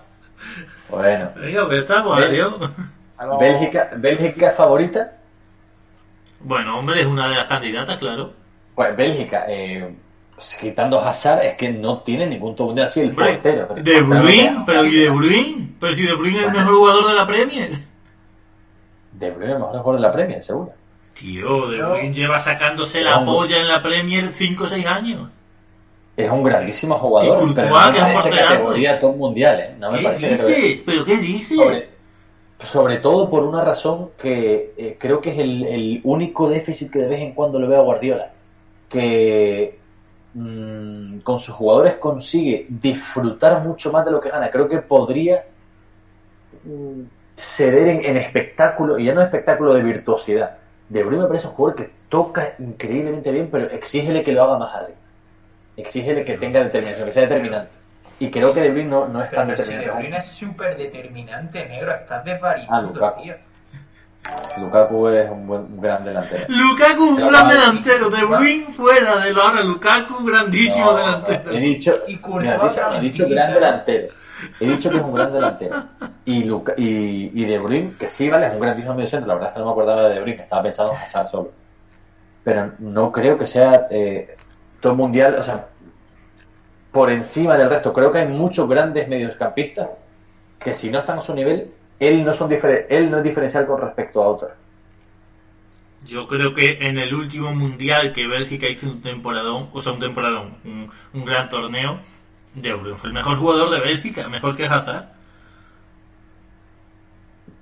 Speaker 3: Bueno,
Speaker 2: Venga, pues está, pues
Speaker 3: Ve-
Speaker 2: adiós.
Speaker 5: Hasta luego.
Speaker 3: Bélgica, Bélgica favorita.
Speaker 2: Bueno, hombre, es una de las candidatas, claro.
Speaker 3: Pues Bélgica, eh, pues, quitando Hazard, es que no tiene ningún top mundial. Sí, el
Speaker 2: Hombre,
Speaker 3: portero. pero-
Speaker 2: de Bruyne,
Speaker 3: Claro,
Speaker 2: pero ¿y De Bruyne? Pero si De Bruyne es el
Speaker 3: Bueno.
Speaker 2: mejor jugador de la Premier.
Speaker 3: De Bruyne, el mejor jugador de la Premier, seguro.
Speaker 2: Tío, De
Speaker 4: No.
Speaker 2: Bruyne lleva sacándose la
Speaker 3: Vamos.
Speaker 2: polla en la Premier 5 o 6 años.
Speaker 3: Es un grandísimo jugador,
Speaker 2: Y Courtois,
Speaker 3: pero no
Speaker 2: que es
Speaker 3: me
Speaker 2: un
Speaker 3: parece
Speaker 2: porterazo.
Speaker 3: categoría top mundial, ¿eh? No me
Speaker 2: ¿Qué
Speaker 3: parece categoría.
Speaker 2: dice? ¿Pero qué dice?
Speaker 3: Sobre, sobre todo por una razón que eh, creo que es el, el único déficit que de vez en cuando le veo a Guardiola. Que mm, con sus jugadores consigue disfrutar mucho más de lo que gana. Creo que podría mm, ceder en, en espectáculo, y ya no espectáculo de virtuosidad. De Bruyne me parece un jugador que toca increíblemente bien, pero exígele que lo haga más arriba. Exígele que tenga determinación, que sea determinante. Y creo que De Bruyne no, no es tan
Speaker 4: Pero si
Speaker 3: determinante. Ah,
Speaker 4: De Bruyne es súper determinante, negro. Estás desvariando,
Speaker 3: Lukaku.
Speaker 4: tío.
Speaker 3: Lukaku es un buen un gran delantero.
Speaker 2: Lukaku, un
Speaker 3: Pero
Speaker 2: gran
Speaker 3: va-
Speaker 2: delantero. De Bruyne fuera de lo ahora. Lukaku, grandísimo
Speaker 3: No,
Speaker 2: delantero.
Speaker 3: no, He dicho,
Speaker 4: Y Courtois
Speaker 3: mira, he dicho- he dicho
Speaker 4: también,
Speaker 3: gran
Speaker 4: ¿eh?
Speaker 3: delantero. He dicho que es un gran delantero. Y, Luca- y, y De Bruyne, que sí, vale, es un grandísimo mediocentro. La verdad es que no me acordaba de De Bruyne, estaba pensando en Hazard solo. Pero no creo que sea eh, todo mundial, o sea, por encima del resto. Creo que hay muchos grandes mediocampistas que si no están a su nivel, él no, son difere- él no es diferencial con respecto a otros.
Speaker 2: Yo creo que en el último mundial que Bélgica hizo un temporadón, o sea, un temporadón, un, un gran torneo, De Bruyne fue el mejor jugador de Bélgica, mejor que Hazard.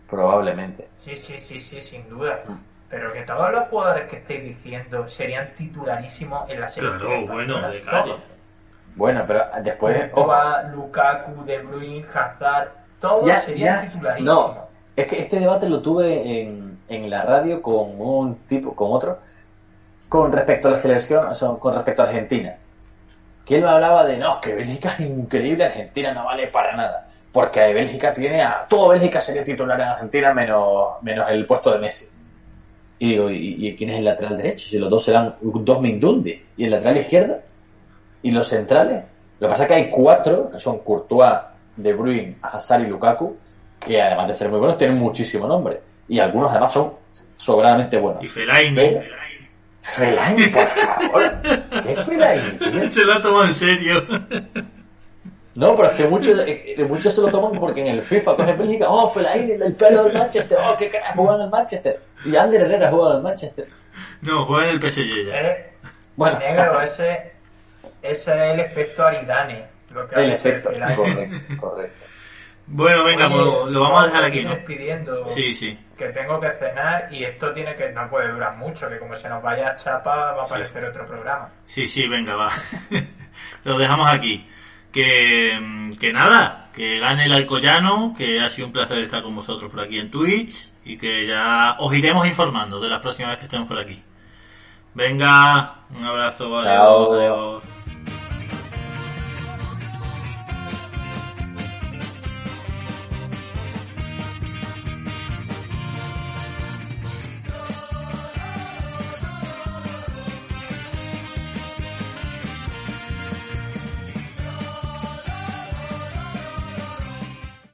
Speaker 3: Probablemente.
Speaker 4: Sí, sí, sí, sí, sin duda.
Speaker 3: Mm.
Speaker 4: Pero que todos los jugadores que estáis diciendo serían titularísimos en la selección.
Speaker 2: Claro, bueno,
Speaker 4: española.
Speaker 2: de calle.
Speaker 4: Todos.
Speaker 3: Bueno, pero después... Pues, ojo.
Speaker 4: Courtois, Lukaku, De Bruyne, Hazard, todos
Speaker 3: Ya,
Speaker 4: serían
Speaker 3: ya,
Speaker 4: titularísimos.
Speaker 3: no. Es que este debate lo tuve en, en la radio con un tipo, con otro, con respecto a la selección, o sea, con respecto a Argentina. Que él me hablaba de, no, es que Bélgica es increíble, Argentina no vale para nada. Porque Bélgica tiene a. Todo Bélgica sería titular en Argentina menos, menos el puesto de Messi. Y digo, ¿y, y quién es el lateral derecho? Si los dos serán dos Mindundi. ¿Y el lateral izquierdo? ¿Y los centrales? Lo que pasa es que hay cuatro, que son Courtois, De Bruyne, Hazard y Lukaku, que además de ser muy buenos, tienen muchísimo nombre. Y algunos además son sobradamente buenos.
Speaker 2: Y Fellaini.
Speaker 3: Pero- Fellaini, por favor. ¿Qué Fellaini, tío?
Speaker 2: Se lo ha tomado en serio.
Speaker 3: No, pero es que muchos, eh, eh, muchos se lo toman porque en el FIFA cogen Bélgica, oh, Fellaini, el pelo del Manchester, oh, qué crack, juega en el Manchester. Y Ander Herrera juega en el Manchester.
Speaker 2: No, juega en el PSG ya.
Speaker 4: Eh,
Speaker 3: Bueno,
Speaker 4: negro, ese, ese es el efecto Aridane. Lo que ha
Speaker 3: el
Speaker 4: dicho
Speaker 3: efecto.
Speaker 4: Fellaini.
Speaker 3: Correcto, correcto.
Speaker 2: Bueno, venga, pues,
Speaker 4: Oye,
Speaker 2: lo, lo vamos a dejar
Speaker 4: me
Speaker 2: aquí,
Speaker 4: estoy
Speaker 2: ¿no?
Speaker 4: despidiendo.
Speaker 2: Sí, sí.
Speaker 4: Que tengo que cenar y esto tiene que no puede durar mucho, que como se nos vaya a chapa va a
Speaker 2: Sí.
Speaker 4: aparecer otro programa.
Speaker 2: Sí, sí, venga, va. Lo dejamos aquí. Que, mm, que nada, que gane el Alcoyano, que ha sido un placer estar con vosotros por aquí en Twitch y que ya os iremos informando de las próximas veces que estemos por aquí. Venga, un abrazo, adiós,
Speaker 3: Chao.
Speaker 2: adiós.